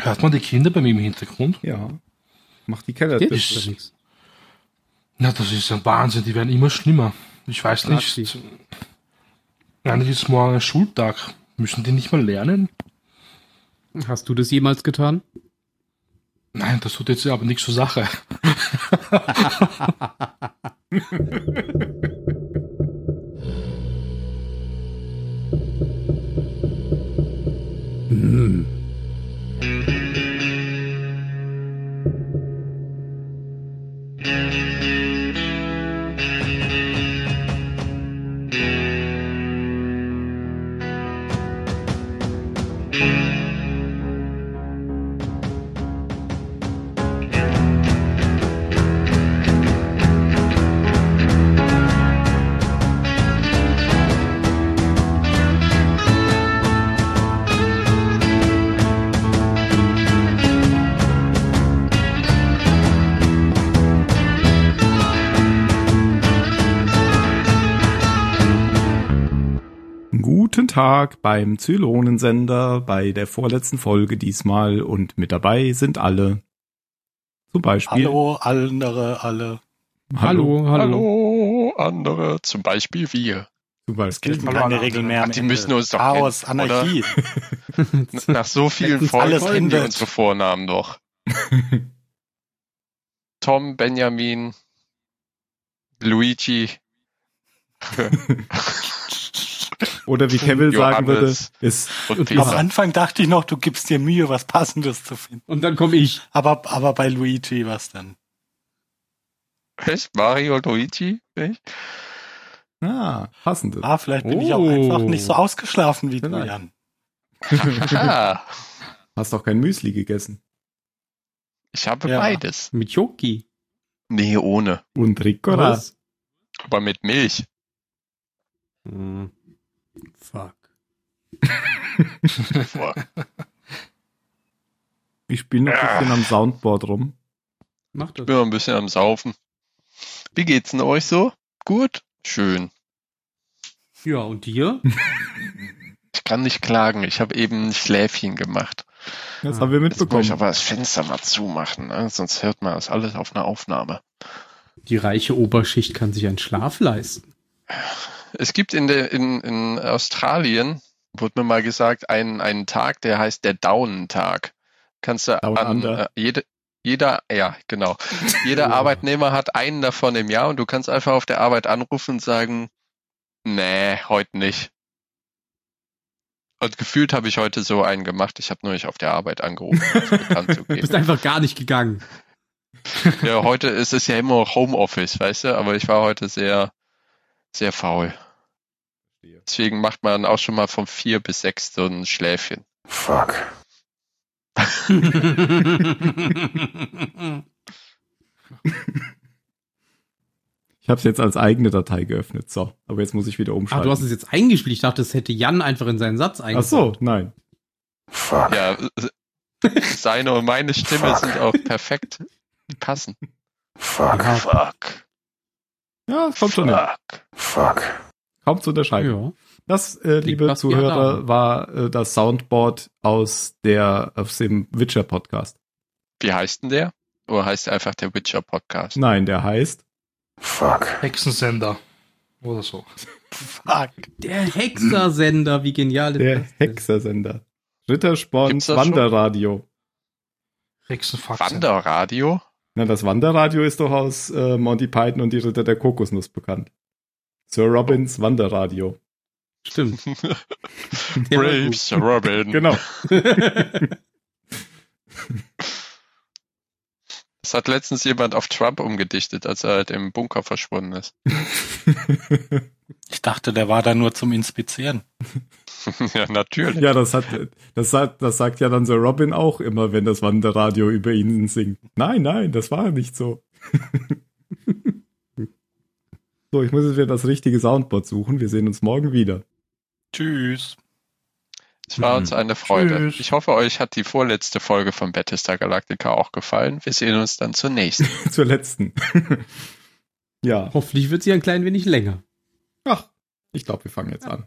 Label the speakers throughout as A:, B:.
A: Hört man die Kinder bei mir im Hintergrund?
B: Ja. Macht die Keller.
A: Das ist- Na, das ist ein Wahnsinn, die werden immer schlimmer. Ich weiß nicht.
C: Nazi.
A: Nein, ist morgen ein Schultag. Müssen die nicht mal lernen?
C: Hast du das jemals getan?
A: Nein, das tut jetzt aber nichts zur Sache.
B: Guten Tag beim Zylonensender bei der vorletzten Folge diesmal und mit dabei sind alle. Zum Beispiel.
D: Hallo, andere, alle.
C: Hallo, hallo.
E: Hallo, andere, zum Beispiel wir.
B: Zum
D: Es gibt
B: Beispiel.
D: mal eine Regel mehr.
E: Ach,
D: am
E: die
D: Ende.
E: müssen uns doch
D: Chaos,
E: kennen, oder?
D: Anarchie.
E: N- Nach so vielen
C: Letztens
E: Folgen
D: alles
E: kennen wir
D: endet.
E: unsere Vornamen doch. Tom, Benjamin, Luigi.
B: Oder wie Kevin sagen würde,
E: Johannes.
B: ist
E: Und
D: Am
E: Peter.
D: Anfang dachte ich noch, du gibst dir Mühe, was Passendes zu finden.
C: Und dann komme ich.
D: Aber, aber bei Luigi was dann?
E: Echt? Mario, Luigi? Echt?
B: ah, passendes.
D: Ah, vielleicht bin ich auch
A: Oh.
D: einfach nicht so ausgeschlafen wie du,
B: Vielleicht.
D: Jan.
E: Ah,
B: Hast doch kein Müsli gegessen.
E: ich habe
D: Ja.
E: beides.
C: Mit Joki.
E: Nee, ohne.
B: Und Ricola.
C: Was?
E: Aber mit Milch.
C: Hm. Fuck.
E: Boah.
B: Ich spiele noch ein
E: Ah.
B: bisschen am Soundboard rum.
C: Mach das.
E: Bin noch ein bisschen am Saufen. Wie geht's denn euch so? Gut? Schön.
C: Ja, und dir?
E: Ich kann nicht klagen. Ich habe eben ein Schläfchen gemacht.
B: Das
C: Ah.
B: haben wir
E: Jetzt muss
B: mitbekommen.
E: ich aber das Fenster mal zumachen, ne? sonst hört man das alles auf einer Aufnahme.
C: Die reiche Oberschicht kann sich einen Schlaf leisten.
E: Es gibt in, der, in, in Australien, wurde mir mal gesagt, einen, einen Tag, der heißt der Daunentag. Kannst du
B: Down
E: an
B: Under.
E: äh, jede, jeder, ja, genau. Jeder Arbeitnehmer hat einen davon im Jahr und du kannst einfach auf der Arbeit anrufen und sagen, nee, heute nicht. Und gefühlt habe ich heute so einen gemacht. Ich habe nur nicht auf der Arbeit angerufen, um es mit
C: Du bist
E: anzugeben.
C: einfach gar nicht gegangen.
E: Ja, heute ist es ja immer noch Homeoffice, weißt du, aber ich war heute sehr, sehr faul. Deswegen macht man auch schon mal von vier bis sechs so ein Schläfchen.
F: Fuck.
B: Ich habe es jetzt als eigene Datei geöffnet. So, aber jetzt muss ich wieder
C: Ach,
B: umschalten.
C: Ah, du hast es jetzt eingespielt. Ich dachte, das hätte Jan einfach in seinen Satz
B: Ach
C: eingespielt.
B: so, nein.
F: Fuck.
E: Ja, seine und meine Stimme sind auch perfekt passend.
F: Fuck.
C: Ja.
E: Fuck.
B: Ja, es kommt schon hin.
E: Fuck.
F: Fuck.
B: Kaum zu unterscheiden.
C: Ja.
B: Das, äh, liebe
C: was wir
B: Zuhörer,
C: haben.
B: war äh, das Soundboard aus der aus dem Witcher Podcast.
E: Wie heißt denn der? Oder heißt der einfach der Witcher Podcast?
B: Nein, der heißt
F: Fuck.
A: Hexensender. Oder so.
D: Fuck.
C: Der Hexersender, wie genial
B: der
C: ist das
B: Hexersender. Rittersporn
E: Gibt's das schon?
B: Wanderradio.
A: Hexenfaxen.
E: Wanderradio?
B: Na, das Wanderradio ist doch aus äh, Monty Python und die Ritter der Kokosnuss bekannt. Sir Robins Wanderradio.
C: Stimmt. Der war gut.
E: Braves Robin.
B: Genau.
E: Das hat letztens jemand auf Trump umgedichtet, als er halt im Bunker verschwunden ist.
D: Ich dachte, der war da nur zum Inspizieren.
E: ja, natürlich.
B: ja, das hat das sagt das sagt ja dann Sir Robin auch immer, wenn das Wanderradio über ihn singt. Nein, nein, das war nicht so. so, ich muss jetzt wieder das richtige Soundboard suchen. Wir sehen uns morgen wieder.
D: Tschüss.
E: Es war uns eine Freude.
A: Tschüss.
E: Ich hoffe, euch hat die vorletzte Folge von Battlestar Galactica auch gefallen. Wir sehen uns dann zur nächsten.
B: zur letzten. ja,
C: Hoffentlich wird sie ein klein wenig länger.
B: ach, ich glaube, wir fangen jetzt an.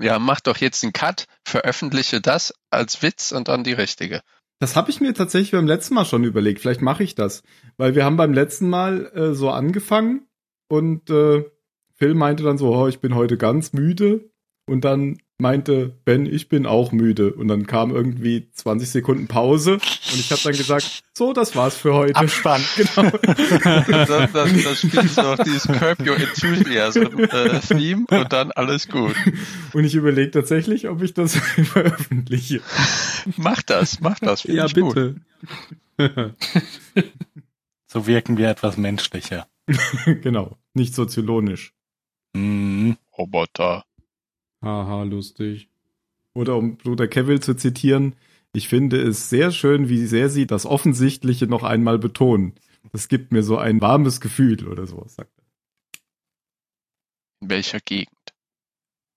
E: ja, mach doch jetzt einen Cut, veröffentliche das als Witz und dann die richtige.
B: Das habe ich mir tatsächlich beim letzten Mal schon überlegt. Vielleicht mache ich das. Weil wir haben beim letzten Mal äh, so angefangen und äh, Phil meinte dann so, oh, ich bin heute ganz müde. Und dann meinte Ben, ich bin auch müde. Und dann kam irgendwie 20 Sekunden Pause und ich habe dann gesagt, so, das war's für heute.
D: Abspann.
B: Genau.
E: Das, das, das spielst du noch dieses Curb Your Enthusiasm äh, Theme und dann alles gut.
B: Und ich überlege tatsächlich, ob ich das veröffentliche.
E: Mach das, mach das. find
C: Ja,
E: ich gut.
C: bitte.
D: So wirken wir etwas menschlicher.
B: genau. Nicht soziologisch.
D: Mhm.
E: Roboter.
C: Haha, lustig.
B: Oder um Bruder Cavill zu zitieren, ich finde es sehr schön, wie sehr sie das Offensichtliche noch einmal betonen. Das gibt mir so ein warmes Gefühl oder sowas, sagt er.
E: In welcher Gegend?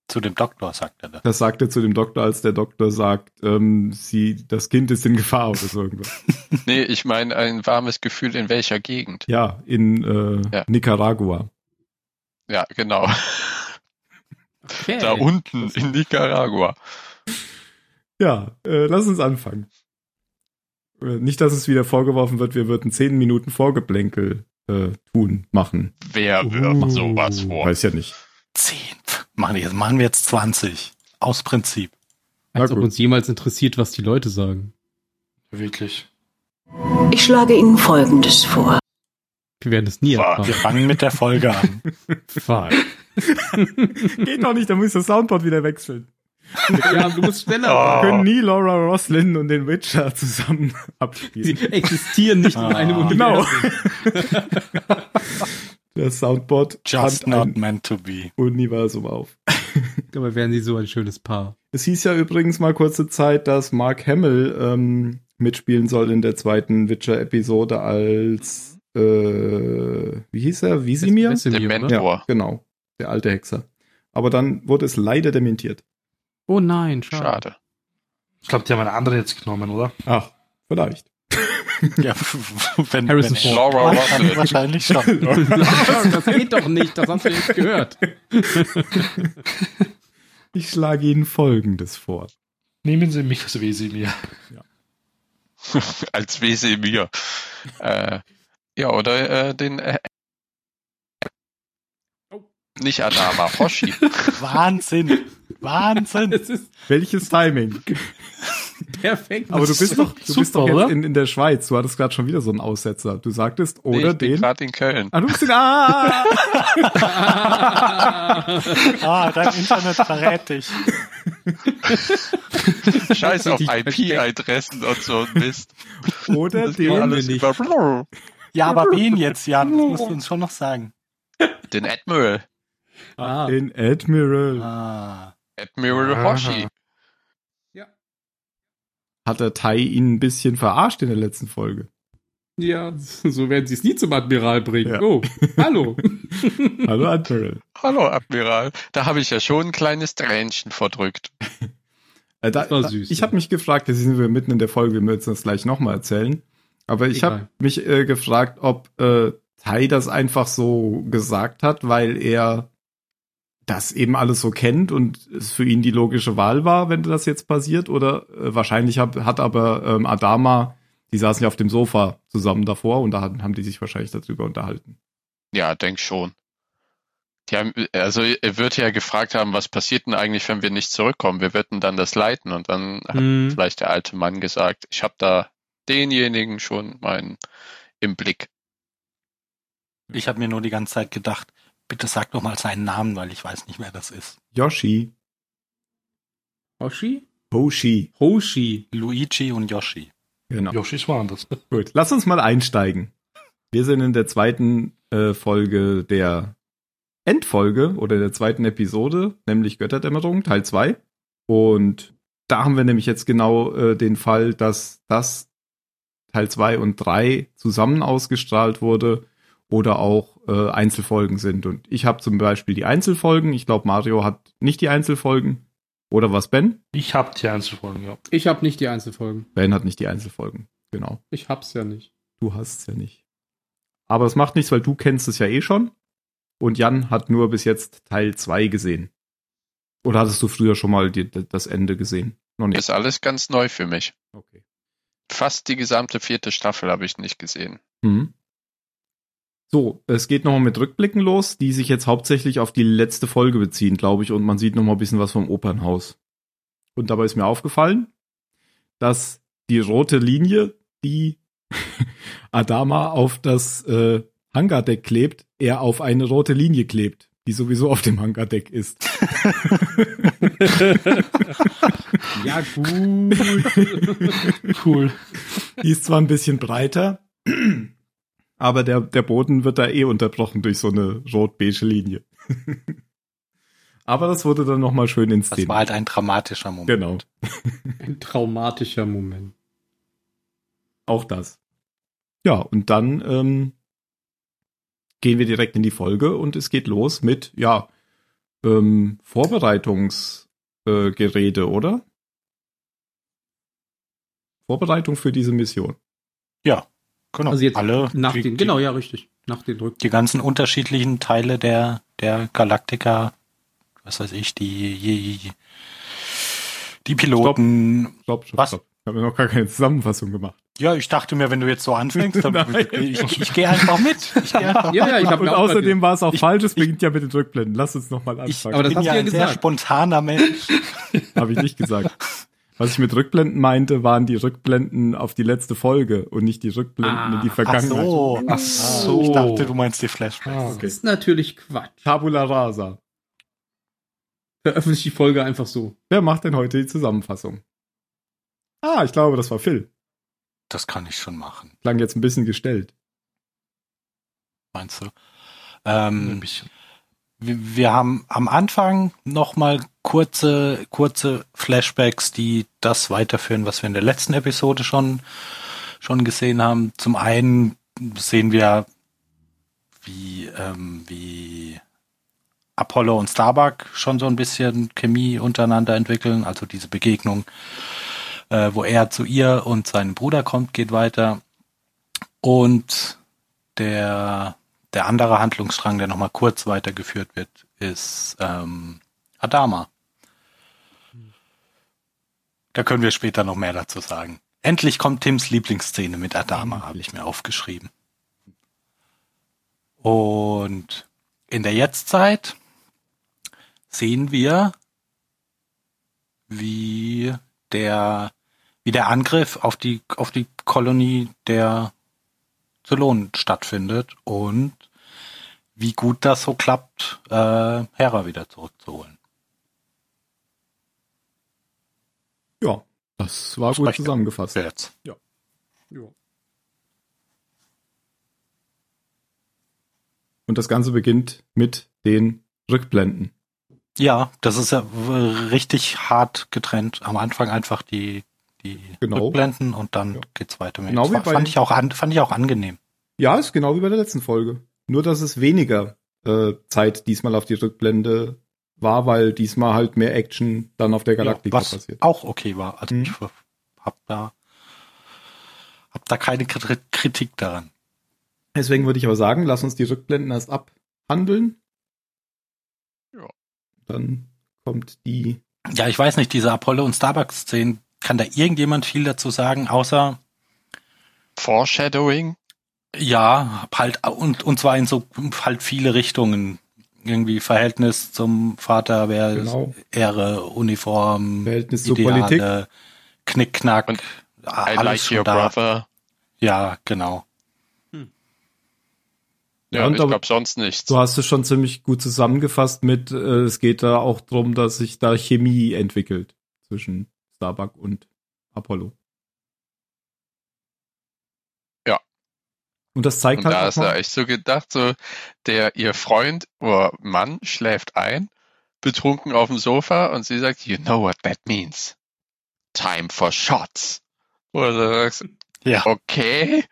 D: Zu dem Doktor, sagt er da.
B: Das sagt er zu dem Doktor, als der Doktor sagt, ähm, sie, das Kind ist in Gefahr oder so irgendwas.
E: Nee, ich meine ein warmes Gefühl in welcher Gegend.
B: Ja, in äh,
E: Ja.
B: Nicaragua.
E: Ja, genau.
C: Okay.
E: Da unten in Nicaragua.
B: Ja, äh, lass uns anfangen. Äh, Nicht, dass es wieder vorgeworfen wird, wir würden zehn Minuten Vorgeplänkel äh, tun, machen.
E: Wer wirft
C: Uh,
E: sowas vor?
B: Weiß ja nicht.
D: Zehn. Pff, Machen, wir jetzt, machen wir jetzt 20. Aus Prinzip.
C: Als
B: Na
C: ob
B: gut.
C: uns jemals interessiert, was die Leute sagen.
A: Wirklich.
G: Ich schlage Ihnen Folgendes vor.
C: Wir werden es nie
E: Fuck.
D: Wir
C: erfahren.
D: fangen mit der Folge an.
C: Fuck.
B: Geht noch nicht, da muss das Soundboard wieder wechseln.
C: ja, du musst schneller.
D: Ah.
B: Wir können nie Laura Roslin und den Witcher zusammen
C: Sie
B: abschließen.
C: existieren nicht in
D: Ah.
C: einem
B: Genau.
C: Universum.
B: Das Soundboard
D: Just
B: fand
D: not
B: ein
D: meant to be.
B: Universum auf.
C: Dabei wären sie so ein schönes Paar.
B: Es hieß ja übrigens mal kurze Zeit, dass Mark Hamill ähm, mitspielen soll in der zweiten Witcher-Episode als äh, wie hieß er? Visimir?
E: Der
C: Wesemir, oder?
E: Mentor.
B: Ja, genau. Der alte Hexer. Aber dann wurde es leider dementiert.
C: Oh nein, schade.
E: Schade.
A: Ich glaube, die haben eine andere jetzt genommen, oder?
B: Ach, vielleicht.
D: Ja, wenn,
C: Harrison
D: wenn
C: Ford.
E: Laura
D: Dann
E: Russell.
D: wahrscheinlich schon.
C: das geht doch nicht, das hast du jetzt gehört.
B: Ich schlage Ihnen Folgendes vor.
A: Nehmen Sie mich als Wesemir.
E: Als Wesemir. äh, ja, oder äh, den äh,
B: Oh.
E: nicht Adama, Hoshi.
D: Wahnsinn. Wahnsinn.
C: Das ist
B: Welches Timing?
C: perfekt.
B: Aber du bist doch, du bist doch
C: super,
B: jetzt
C: oder?
B: in, in der Schweiz. Du hattest gerade schon wieder so einen Aussetzer. Du sagtest,
E: Nee,
B: oder
E: ich bin
B: den.
E: gerade in Köln.
B: Ah, du bist in, ah!
D: Ah, dein Internet verrät dich.
E: Scheiß auf
C: Richtig
E: IP-Adressen und so ein Mist.
B: oder
E: Das geht
B: den.
E: alles über
D: Ja, aber wen jetzt, Jan? Das musst du uns schon noch sagen.
E: den Admiral.
C: ah,
B: Den Admiral.
D: Ah.
E: Admiral
A: Aha.
E: Hoshi.
B: Hat der Tai ihn ein bisschen verarscht in der letzten Folge?
C: ja, so werden sie es nie zum Admiral bringen.
B: Ja.
C: Oh, hallo.
B: Hallo Admiral.
E: Hallo, Admiral. Da habe ich ja schon ein kleines Tränchen verdrückt.
B: Äh, da,
C: Das war
B: da-
C: süß,
B: ich
C: ja.
B: habe mich gefragt, jetzt sind wir mitten in der Folge, wir müssen das gleich nochmal erzählen. Aber ich
C: Egal.
B: habe mich äh, gefragt, ob äh, Tai das einfach so gesagt hat, weil er das eben alles so kennt und es für ihn die logische Wahl war, wenn das jetzt passiert. Oder äh, wahrscheinlich hab, hat aber ähm, Adama, die saßen ja auf dem Sofa zusammen davor und da hatten- haben die sich wahrscheinlich darüber unterhalten.
E: Ja, denk schon. Die haben, also er wird ja gefragt haben, was passiert denn eigentlich, wenn wir nicht zurückkommen? Wir würden dann das leiten und dann hat
C: Hm.
E: vielleicht der alte Mann gesagt, ich habe da denjenigen schon meinen im Blick.
D: Ich habe mir nur die ganze Zeit gedacht, bitte sag doch mal seinen Namen, weil ich weiß nicht, wer das ist.
B: Yoshi.
C: Hoshi?
B: Hoshi.
C: Hoshi.
D: Luigi und Yoshi.
B: Genau.
A: Yoshi ist woanders.
B: Gut, lass uns mal einsteigen. Wir sind in der zweiten äh, Folge der Endfolge oder der zweiten Episode, nämlich Götterdämmerung, Teil 2. Und da haben wir nämlich jetzt genau äh, den Fall, dass das Teil 2 und 3 zusammen ausgestrahlt wurde oder auch äh, Einzelfolgen sind. Und ich habe zum Beispiel die Einzelfolgen. Ich glaube, Mario hat nicht die Einzelfolgen. Oder was, Ben?
A: Ich habe die Einzelfolgen, ja.
C: Ich habe nicht die Einzelfolgen.
B: Ben hat nicht die Einzelfolgen. Genau.
C: Ich hab's ja nicht.
B: Du hast es ja nicht. Aber das macht nichts, weil du kennst es ja eh schon. Und Jan hat nur bis jetzt Teil 2 gesehen. Oder hattest du früher schon mal die, das Ende gesehen? Noch nicht.
E: Ist alles ganz neu für mich.
B: Okay.
E: Fast die gesamte vierte Staffel habe ich nicht gesehen.
B: Mhm. So, es geht nochmal mit Rückblicken los, die sich jetzt hauptsächlich auf die letzte Folge beziehen, glaube ich, und man sieht nochmal ein bisschen was vom Opernhaus. Und dabei ist mir aufgefallen, dass die rote Linie, die Adama auf das äh, Hangardeck klebt, er auf eine rote Linie klebt, die sowieso auf dem Hangardeck ist.
C: Ja, gut.
D: Cool.
B: Die ist zwar ein bisschen breiter, aber der, der Boden wird da eh unterbrochen durch so eine rot-beige Linie. aber das wurde dann nochmal schön
D: Das
B: inszeniert.
D: war halt ein dramatischer Moment.
B: Genau,
C: Ein traumatischer Moment.
B: auch das. Ja, und dann ähm, gehen wir direkt in die Folge und es geht los mit, ja, ähm, Vorbereitungsgerede, äh, Gerede, oder? Vorbereitung für diese Mission.
D: Genau.
C: Also jetzt
D: Alle
C: Nach
D: die,
C: den, genau, ja, richtig. Nach den Rück.
D: die, die ganzen unterschiedlichen Teile der, der Galaktika, was weiß ich, die, die, die Piloten.
B: Stopp, stopp,
D: Was?
B: stopp. Ich habe noch gar keine Zusammenfassung gemacht.
D: Ja, ich dachte mir, wenn du jetzt so anfängst, dann
B: Nein.
D: ich, ich, ich gehe einfach mit. Ich gehe einfach
C: Ja, ja, ich habe
B: und
C: mir auch grad
B: außerdem war es auch
D: Ich-
B: falsch, es beginnt ja mit den Rückblenden. Lass uns nochmal
D: Ich-
B: anfangen.
C: aber das
D: bin
C: hast
D: ja
C: du ja
D: ein sehr
C: gesagt.
D: spontaner Mensch.
B: Habe ich nicht gesagt. Was ich mit Rückblenden meinte, waren die Rückblenden auf die letzte Folge und nicht die Rückblenden
C: Ah,
B: in die
D: Ach
B: Vergangenheit.
D: so.
A: Ach so.
D: Ich dachte, du meinst die Flashbacks.
A: Ah, okay.
C: Das ist natürlich Quatsch.
B: Tabula rasa.
C: Veröffentliche die Folge einfach so.
B: Wer macht denn heute die Zusammenfassung? Ah, ich glaube, das war Phil.
D: Das kann ich schon machen,
B: Klang jetzt ein bisschen gestellt.
D: meinst du?
C: Hm.
D: Ähm, wir, wir haben am Anfang nochmal kurze, kurze Flashbacks, die das weiterführen, was wir in der letzten Episode schon, schon gesehen haben. Zum einen sehen wir, wie, ähm, wie Apollo und Starbuck schon so ein bisschen Chemie untereinander entwickeln, also diese Begegnung, äh, wo er zu ihr und seinem Bruder kommt, geht weiter. Und der der andere Handlungsstrang, der nochmal kurz weitergeführt wird, ist ähm, Adama. Da können wir später noch mehr dazu sagen. Endlich kommt Tims Lieblingsszene mit Adama, habe ich mir aufgeschrieben. Und in der Jetztzeit sehen wir, wie der, wie der Angriff auf die, auf die Kolonie der Zylon stattfindet und wie gut das so klappt, äh, Hera wieder zurückzuholen.
B: Ja, das war
D: Das
B: gut
D: reicht ja.
B: zusammengefasst.
D: Jetzt.
B: Und das Ganze beginnt mit den Rückblenden.
D: Ja, das ist ja w- richtig hart getrennt. Am Anfang einfach die, die
B: Genau.
D: Rückblenden und dann
B: Ja.
D: geht's weiter mit.
B: Genau
D: das
B: wie
D: fa-
B: bei
D: fand
B: den-
D: ich auch an, fand ich auch angenehm.
B: Ja, ist genau wie bei der letzten Folge. Nur, dass es weniger äh, Zeit diesmal auf die Rückblende war, weil diesmal halt mehr Action dann auf der Galaktik
D: was
B: passiert.
D: auch okay war. Also
B: Mhm.
D: ich hab da hab da keine Kri- Kritik daran.
B: Deswegen würde ich aber sagen, lass uns die Rückblenden erst abhandeln.
E: Ja.
B: Dann kommt die.
D: Ja, ich weiß nicht, diese Apollo und Starbucks-Szenen, kann da irgendjemand viel dazu sagen, außer
E: Foreshadowing?
D: Ja, halt, und, und zwar in so halt viele Richtungen. Irgendwie Verhältnis zum Vater, wer
B: Genau.
D: Ehre, Uniform,
B: Verhältnis zur Politik.
D: Also, Ideale, Knickknack,
E: Und
D: a-
E: I like your brother.
D: Ja, genau.
E: Ja,
B: Ja, und
E: ich
B: aber-
E: glaube sonst nichts.
B: Du hast es schon ziemlich gut zusammengefasst mit, äh, es geht da auch drum, dass sich da Chemie entwickelt zwischen Starbuck und Apollo.
E: Ja.
B: Und das zeigt
E: Und
B: halt
E: da
B: auch
E: hast du
B: mal,
E: echt so gedacht, so der ihr Freund oder Mann schläft ein, betrunken auf dem Sofa und sie sagt, you know what that means. Time for shots. Oder du sagst,
D: Ja.
E: okay,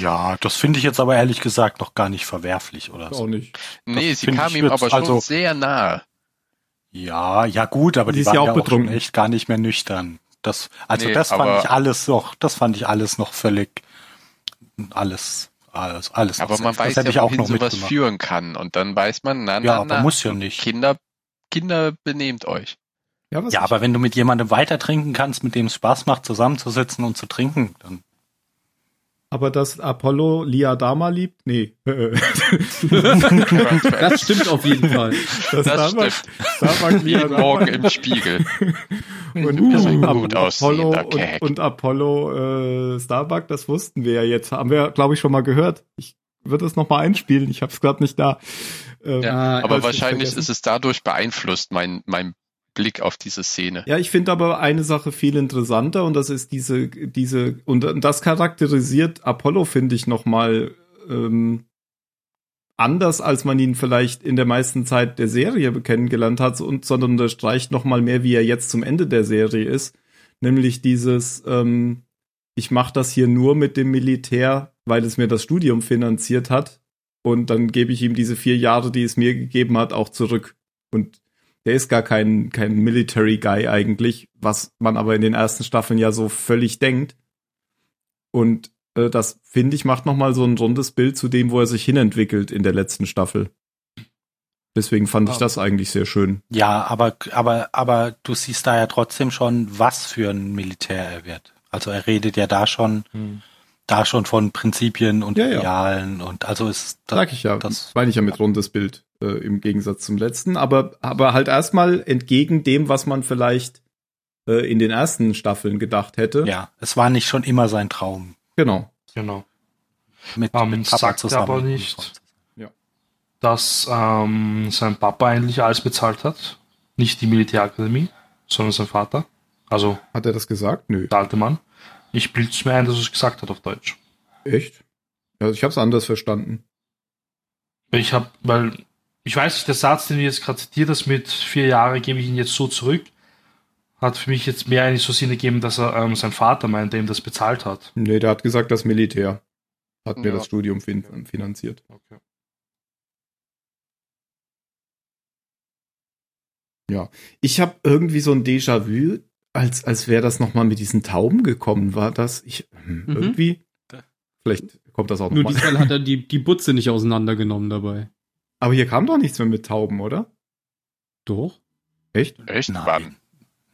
D: Ja, das finde ich jetzt aber ehrlich gesagt noch gar nicht verwerflich oder so.
B: auch nicht.
E: nee, sie
D: find
E: kam
D: ich
E: ihm
D: jetzt-
E: aber schon
D: also-
E: sehr nahe.
D: Ja, ja gut, aber
B: Sie
D: die
B: ist
D: waren
B: ja
D: ja
B: auch
D: auch,
B: betrunken.
D: echt gar nicht mehr nüchtern. Das, also
E: Nee,
D: das
E: aber-
D: fand ich alles noch, das fand ich alles noch völlig, alles, alles, alles.
E: Aber
D: noch
E: man
D: safe.
E: weiß
D: das hätte ich
E: ja,
D: auch
E: wohin
D: noch
E: sowas
D: mitgemacht.
E: führen kann. Und dann weiß man, na, na,
D: Ja, aber
E: na,
D: muss ja nicht.
E: Kinder Kinder, benehmt euch.
B: Ja, was
D: Ja, aber wenn du mit jemandem weiter trinken kannst, mit dem es Spaß macht, zusammenzusitzen und zu trinken, dann.
B: Aber dass Apollo Liadama liebt? Nee.
C: Das stimmt auf jeden Fall.
B: das
E: Das
B: Starbuck-
E: stimmt.
B: Starbuck
E: Jeden Morgen im Spiegel.
B: und,
E: Du bist ein
B: Ap-
E: gut
B: Uh. Apollo
E: aussehender
B: und,
E: Keg.
B: und Apollo äh, Starbuck, das wussten wir ja jetzt. Haben wir, glaube ich, schon mal gehört. Ich würde es nochmal einspielen. Ich habe es gerade nicht da. Ähm,
E: Ja,
C: Ah,
E: Aber
B: Hast du
E: wahrscheinlich
B: vergessen?
E: ist es dadurch beeinflusst, mein, mein Blick auf diese Szene.
B: Ja, ich finde aber eine Sache viel interessanter und das ist diese, diese, und das charakterisiert Apollo, finde ich, nochmal ähm, anders, als man ihn vielleicht in der meisten Zeit der Serie kennengelernt hat, und, sondern unterstreicht nochmal mehr, wie er jetzt zum Ende der Serie ist. Nämlich dieses, ähm, ich mache das hier nur mit dem Militär, weil es mir das Studium finanziert hat. Und dann gebe ich ihm diese vier Jahre, die es mir gegeben hat, auch zurück. Und der ist gar kein, kein Military Guy eigentlich, was man aber in den ersten Staffeln ja so völlig denkt. Und äh, das, finde ich, macht nochmal so ein rundes Bild zu dem, wo er sich hinentwickelt in der letzten Staffel. Deswegen fand ich
D: Ah.
B: das eigentlich sehr schön.
D: Ja, aber, aber, aber du siehst da ja trotzdem schon, was für ein Militär er wird. Also er redet ja da schon, da schon von Prinzipien und
B: Hm. Ja, ja.
D: Idealen und also ist
B: Sag ich ja. Das
D: das-
B: meine ich ja mit rundes Bild äh, im Gegensatz zum letzten. Aber, aber halt erstmal entgegen dem, was man vielleicht äh, in den ersten Staffeln gedacht hätte.
D: ja, es war nicht schon immer sein Traum,
B: Genau.
A: Genau.
D: mit,
A: Ähm,
D: mit Papa
A: sagt er
D: zusammen.
A: aber nicht. Dass ähm, sein Papa eigentlich alles bezahlt hat. Nicht die Militärakademie, sondern sein Vater. Also
B: Hat er das gesagt? Nö.
A: der alte Mann. Ich bilde es mir ein, dass er es gesagt hat auf Deutsch.
B: Echt? Ja, ich hab's anders verstanden.
A: Ich habe, weil ich weiß nicht, der Satz, den du jetzt gerade zitiert hast, mit vier Jahre gebe ich ihn jetzt so zurück, hat für mich jetzt mehr eigentlich so Sinn ergeben, dass er ähm, sein Vater meint, der ihm das bezahlt hat.
B: Nee, der hat gesagt, das Militär hat mir
E: Ja.
B: das Studium fin finanziert.
A: Okay.
B: Ich habe irgendwie so ein Déjà-vu, als, als wäre das nochmal mit diesen Tauben gekommen, war das? Ich, hm,
C: Mhm.
B: Irgendwie. Vielleicht kommt das auch
C: Nur
B: nochmal.
C: diesmal hat er die, die Butze nicht auseinandergenommen dabei.
B: Aber hier kam doch nichts mehr mit Tauben, oder?
C: Doch.
B: Echt?
E: Echt? Wann?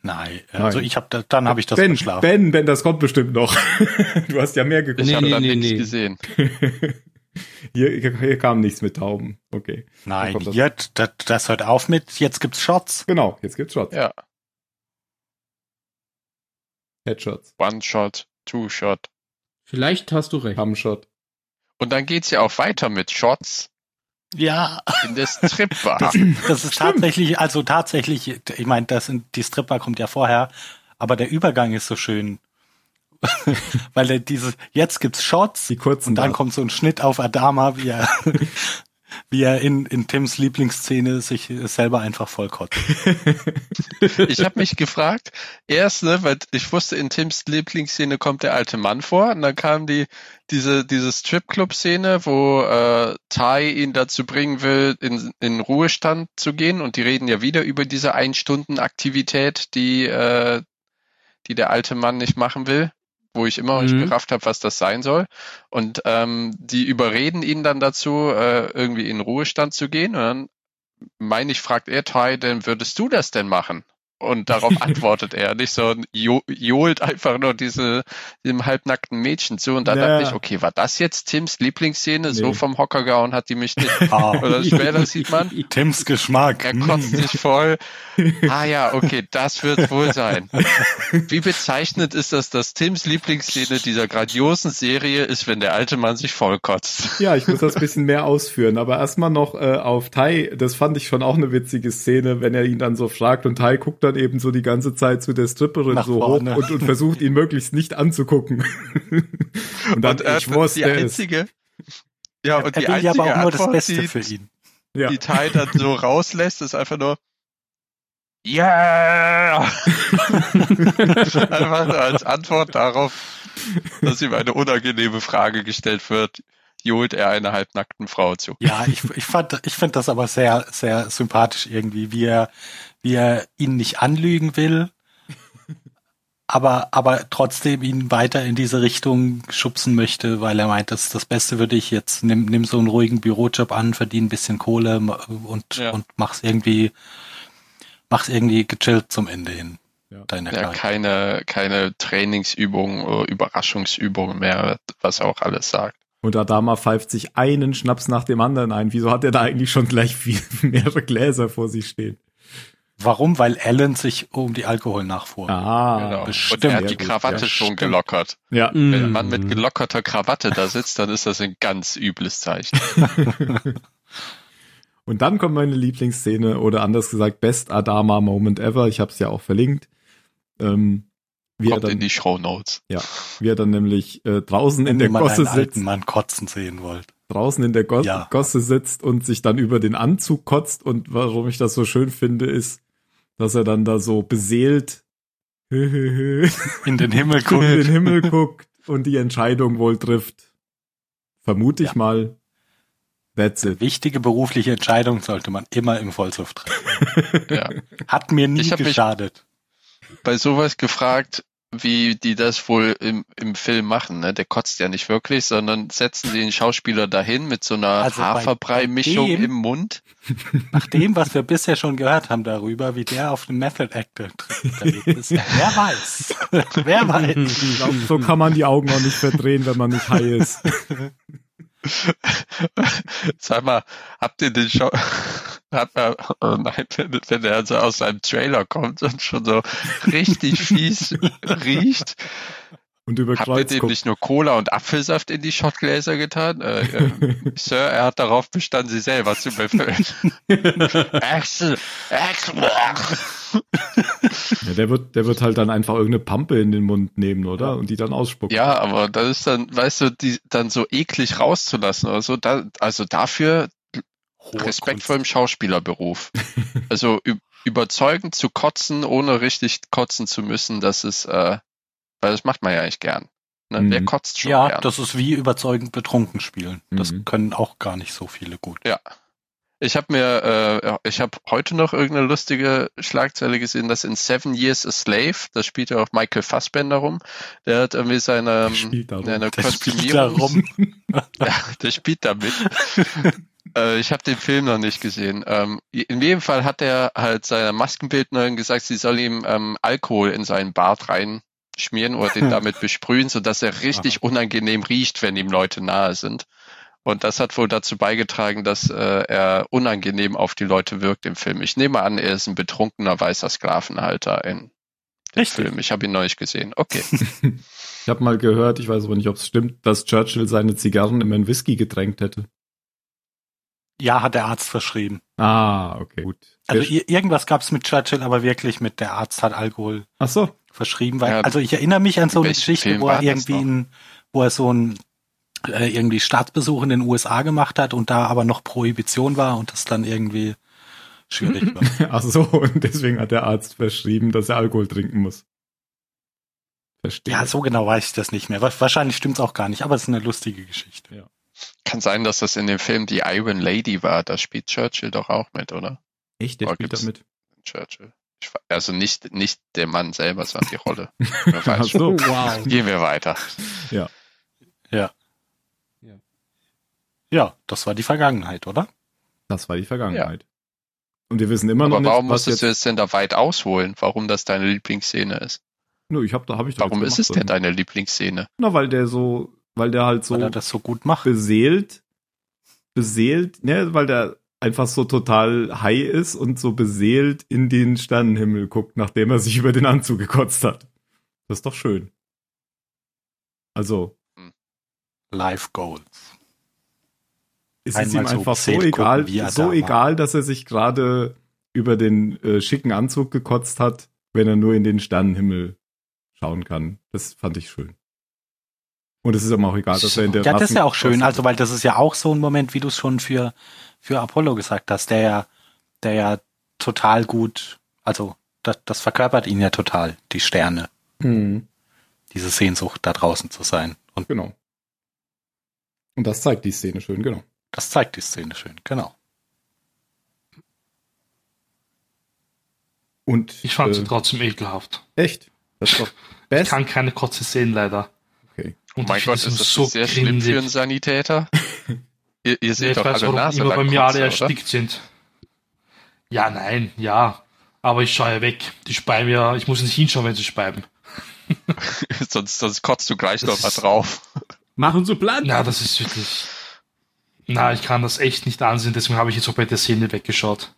D: Nein. Nein. Also
B: Nein.
D: ich habe da, dann habe ich das
B: ben,
D: verschlafen.
B: Ben, Ben, das kommt bestimmt noch. du hast ja mehr
E: Ich
B: geguckt.
C: Nee,
E: habe
C: nee,
E: da
C: nee,
E: nichts
C: nee.
E: gesehen.
B: hier, hier kam nichts mit Tauben. Okay.
D: Nein,
B: Kommt Oh das-
D: jetzt, das, das hört auf mit, jetzt gibt's Shots.
B: Genau, jetzt gibt's Shots.
E: Ja.
B: Headshots,
E: One-Shot, Two-Shot.
C: Vielleicht hast du recht.
B: Hamshot.
E: Und dann geht's ja auch weiter mit Shots
D: Ja.
E: in der Stripbar.
D: Das, das ist tatsächlich, also tatsächlich, ich meine, das sind, die Stripper kommt ja vorher, aber der Übergang ist so schön. Weil der dieses, jetzt gibt's Shots
B: Die kurzen
D: und dann
B: da.
D: kommt so ein Schnitt auf Adama, wie er, wie er in, in Tims Lieblingsszene sich selber einfach vollkotzt.
E: ich habe mich gefragt, erst, ne, weil ich wusste, in Tims Lieblingsszene kommt der alte Mann vor und dann kam die diese diese Stripclub-Szene, wo äh, Tai ihn dazu bringen will, in, in Ruhestand zu gehen und die reden ja wieder über diese Ein-Stunden-Aktivität, die äh, die der alte Mann nicht machen will, wo ich immer noch
C: Mhm.
E: nicht gerafft habe, was das sein soll. Und ähm, die überreden ihn dann dazu, äh, irgendwie in Ruhestand zu gehen. Und dann meine ich, fragt er Tai, denn würdest du das denn machen? Und darauf antwortet er nicht, sondern jo johlt einfach nur diese, diesem halbnackten Mädchen zu. Und da
B: Ja.
E: dachte ich, okay, war das jetzt Tims Lieblingsszene?
B: Nee.
E: So vom Hocker gehauen hat die mich nicht.
D: Ah,
E: Oder später sieht man,
D: Tims Geschmack. Hm.
E: er kotzt sich voll. Ah ja, okay, das wird wohl sein. Wie bezeichnet ist das, dass Tims Lieblingsszene dieser grandiosen Serie ist, wenn der alte Mann sich vollkotzt?
B: Ja, ich muss das ein bisschen mehr ausführen, aber erstmal noch äh, auf Tai, das fand ich schon auch eine witzige Szene, wenn er ihn dann so fragt und Tai guckt dann eben so die ganze Zeit zu der Stripperin
D: Nach
B: so
D: vorne.
B: hoch und, und versucht ihn möglichst nicht anzugucken. und dann,
E: Und, äh,
B: ich wusste
E: die
B: es.
E: einzige, ja, und
D: er
E: die
D: will ja
E: einzige
D: aber auch nur das
E: Antwort,
D: Beste
E: die,
D: für ihn.
B: Ja.
E: die Tai dann so rauslässt, ist einfach nur Yeah! einfach nur als Antwort darauf, dass ihm eine unangenehme Frage gestellt wird, johlt er einer halbnackten Frau zu.
D: Ja, ich, ich fand, ich finde das aber sehr, sehr sympathisch irgendwie, wie er, wie er ihn nicht anlügen will, aber, aber trotzdem ihn weiter in diese Richtung schubsen möchte, weil er meint, das ist das Beste für dich. Jetzt nimm, nimm so einen ruhigen Bürojob an, verdien ein bisschen Kohle ma- und,
E: Ja.
D: und mach's irgendwie, mach's irgendwie gechillt zum Ende hin.
B: Ja.
D: Deine
E: Ja,
D: ja,
E: keine, keine Trainingsübung, oder Überraschungsübung mehr, was er auch alles sagt.
B: Und Adama pfeift sich einen Schnaps nach dem anderen ein. Wieso hat er da eigentlich schon gleich viel, mehrere Gläser vor sich stehen?
D: Warum? Weil Alan sich um die Alkoholnachfuhr.
B: Ah,
E: Genau.
D: bestimmt.
E: Und er hat
B: Sehr
E: die
B: gut,
E: Krawatte
B: ja,
E: schon
B: stimmt. Hm.
E: gelockert.
B: ja.
E: Wenn ein Mann mit gelockerter Krawatte da sitzt, dann ist das ein ganz übles Zeichen.
B: Und dann kommt meine Lieblingsszene oder anders gesagt, Best Adama Moment Ever. Ich habe es ja auch verlinkt. Ähm, wie, er
E: Kommt in
B: dann,
E: die Show Notes.
B: wie er dann nämlich äh, draußen in der
D: Wenn ihr mal
B: Gosse
D: einen
B: sitzt.
D: alten Mann kotzen sehen wollt.
B: draußen in der Go
D: Ja.
B: Gosse sitzt und sich dann über den Anzug kotzt. Und warum ich das so schön finde, ist, dass er dann da so beseelt in
D: In den Himmel
B: den
D: guckt.
B: Himmel guckt und die Entscheidung wohl trifft. Vermute ich
D: Ja.
B: mal. That's it.
D: Wichtige berufliche Entscheidung sollte man immer im Vollsuff treffen.
E: Ja.
D: Hat mir nie
E: Ich hab mich-
D: geschadet.
E: Bei sowas gefragt, wie die das wohl im, im Film machen. Ne? Der kotzt ja nicht wirklich, sondern setzen den Schauspieler dahin mit so einer
D: Also bei-
E: Haferbrei-Mischung
D: bei dem-
E: im Mund.
D: Nach dem, was wir bisher schon gehört haben darüber, wie der auf dem Method Act unterwegs ist. Wer weiß. Wer
C: Hm,
D: weiß.
B: Ich glaub, so kann man die Augen auch nicht verdrehen, wenn man nicht high ist.
E: Sag mal, habt ihr den Schau... Hat er, oh nein, wenn, wenn er also aus seinem Trailer kommt und schon so richtig fies riecht,
B: Und über
E: Habt ihr
B: Kreuz
E: dem
B: guckt.
E: nicht nur Cola und Apfelsaft in die Shotgläser getan? Äh, äh, Sir, er hat darauf bestanden, sie selber zu befüllen. Axel, Axel.
B: Ja, der wird, der wird halt dann einfach irgendeine Pampe in den Mund nehmen, oder? Und die dann ausspucken.
E: Ja, aber das ist dann, weißt du, die dann so eklig rauszulassen oder so. Da, also dafür
D: Oh,
E: Respekt vor dem Schauspielerberuf. Also ü- überzeugend zu kotzen, ohne richtig kotzen zu müssen, das ist, äh, weil das macht man ja eigentlich gern. Ne?
B: Mhm.
E: Wer kotzt schon
D: Ja,
E: gern?
D: das ist wie überzeugend betrunken spielen. Das
B: Mhm.
D: können auch gar nicht so viele gut.
E: Ich habe mir, äh, ich habe heute noch irgendeine lustige Schlagzeile gesehen, dass in Seven Years a Slave, das spielt ja auch Michael Fassbender rum, der hat irgendwie seine, ähm,
B: Der spielt da rum.
E: seine
D: Der spielt da
E: Kostümierung,
D: rum.
E: ja, der spielt da mit. äh, ich habe den Film noch nicht gesehen. Ähm, in jedem Fall hat er halt seiner Maskenbildnerin gesagt, sie soll ihm ähm, Alkohol in seinen Bart reinschmieren oder den damit besprühen, sodass er richtig unangenehm riecht, wenn ihm Leute nahe sind. Und das hat wohl dazu beigetragen, dass äh, er unangenehm auf die Leute wirkt im Film. Ich nehme an, er ist ein betrunkener weißer Sklavenhalter in dem
D: Richtig.
E: Film. Ich habe ihn noch nicht gesehen. Okay.
B: Ich habe mal gehört, ich weiß aber nicht, ob es stimmt, dass Churchill seine Zigarren immer in Whisky getränkt hätte.
D: Ja, hat der Arzt verschrieben.
B: Ah, okay. Gut.
D: Also
B: Der-
D: ir- irgendwas gab's mit Churchill, aber wirklich mit der Arzt hat Alkohol
B: Ach so.
D: verschrieben. Weil,
E: Ja,
D: also ich erinnere mich an so eine
E: welchen
D: Geschichte,
E: Film
D: wo er
E: war das
D: irgendwie
E: noch?
D: ein, wo er so ein äh, irgendwie Staatsbesuch in den USA gemacht hat und da aber noch Prohibition war und das dann irgendwie schwierig war.
B: Ach so. Und deswegen hat der Arzt verschrieben, dass er Alkohol trinken muss. Verstehe.
D: Ja, so genau weiß ich das nicht mehr. Wa- Wahrscheinlich stimmt's auch gar nicht, aber es ist eine lustige Geschichte.
E: Kann sein, dass das in dem Film die Iron Lady war. Da spielt Churchill doch auch mit, oder?
B: Echt? Der
E: Oh,
B: spielt
E: gibt's-
B: damit.
E: Churchill. Ich, wa- also nicht, nicht der Mann selber, sondern die Rolle. Wer
B: Ach
E: weiß.
B: so.
E: Gehen wir weiter.
D: Ja, das war die Vergangenheit, oder?
B: Das war die Vergangenheit. Und wir wissen immer
E: Aber
B: noch
E: warum
B: nicht, was
E: musstest
B: jetzt.
E: du es denn da weit ausholen? Warum das deine Lieblingsszene ist?
B: Nö, ich hab, da habe ich. doch
E: Warum
B: jetzt
E: ist es denn
B: gemacht.
E: deine Lieblingsszene?
B: Na, weil der so, weil der halt so.
D: Weil er das so gut macht.
B: beseelt, beseelt, ne, weil der einfach so total high ist und so beseelt in den Sternenhimmel guckt, nachdem er sich über den Anzug gekotzt hat. Das ist doch schön. Also,
D: Live Goals.
B: es ist
D: Einmal
B: ihm
D: so
B: einfach so,
D: beseelt gucken,
B: egal,
D: wie er da
B: so
D: war.
B: egal, dass er sich gerade über den äh, schicken Anzug gekotzt hat, wenn er nur in den Sternenhimmel schauen kann. Das fand ich schön. Und es ist ihm auch egal, dass er in der
D: Ja, das ist ja auch schön,
B: Rassen-
D: also weil das ist ja auch so ein Moment, wie du es schon für, für Apollo gesagt hast, der ja, der ja total gut, also das, das verkörpert ihn ja total, die Sterne,
B: Mhm.
D: diese Sehnsucht da draußen zu sein. Und
B: Genau. Und das zeigt die Szene schön, genau.
D: das zeigt die Szene schön, genau.
B: Und
A: Ich fand
B: äh,
A: sie trotzdem ekelhaft.
B: echt. Das ist doch
A: Ich
B: best.
A: kann keine Kotze sehen, leider.
B: Okay.
E: Oh
A: Und
E: mein
A: ich
E: Gott,
A: find
E: ist
A: es
E: das
A: so
E: nicht sehr schlimm für einen
A: grindig.
E: Sanitäter? ihr, ihr
A: Ja,
E: seht
A: ich
E: doch
A: weiß,
E: alle
A: warum
E: Nase
A: immer bei mir alle
E: oder?
A: erstickt sind. Ja, nein, ja. Aber ich schaue ja weg. Die speiben ja, ich muss nicht hinschauen, wenn sie speiben.
E: sonst, sonst kotzt du gleich
A: Das
E: noch mal
A: ist-
E: drauf.
C: Machen Sie Platz.
A: Na, das ist wirklich. Na, ich kann das echt nicht ansehen, deswegen habe ich jetzt auch bei der Szene weggeschaut.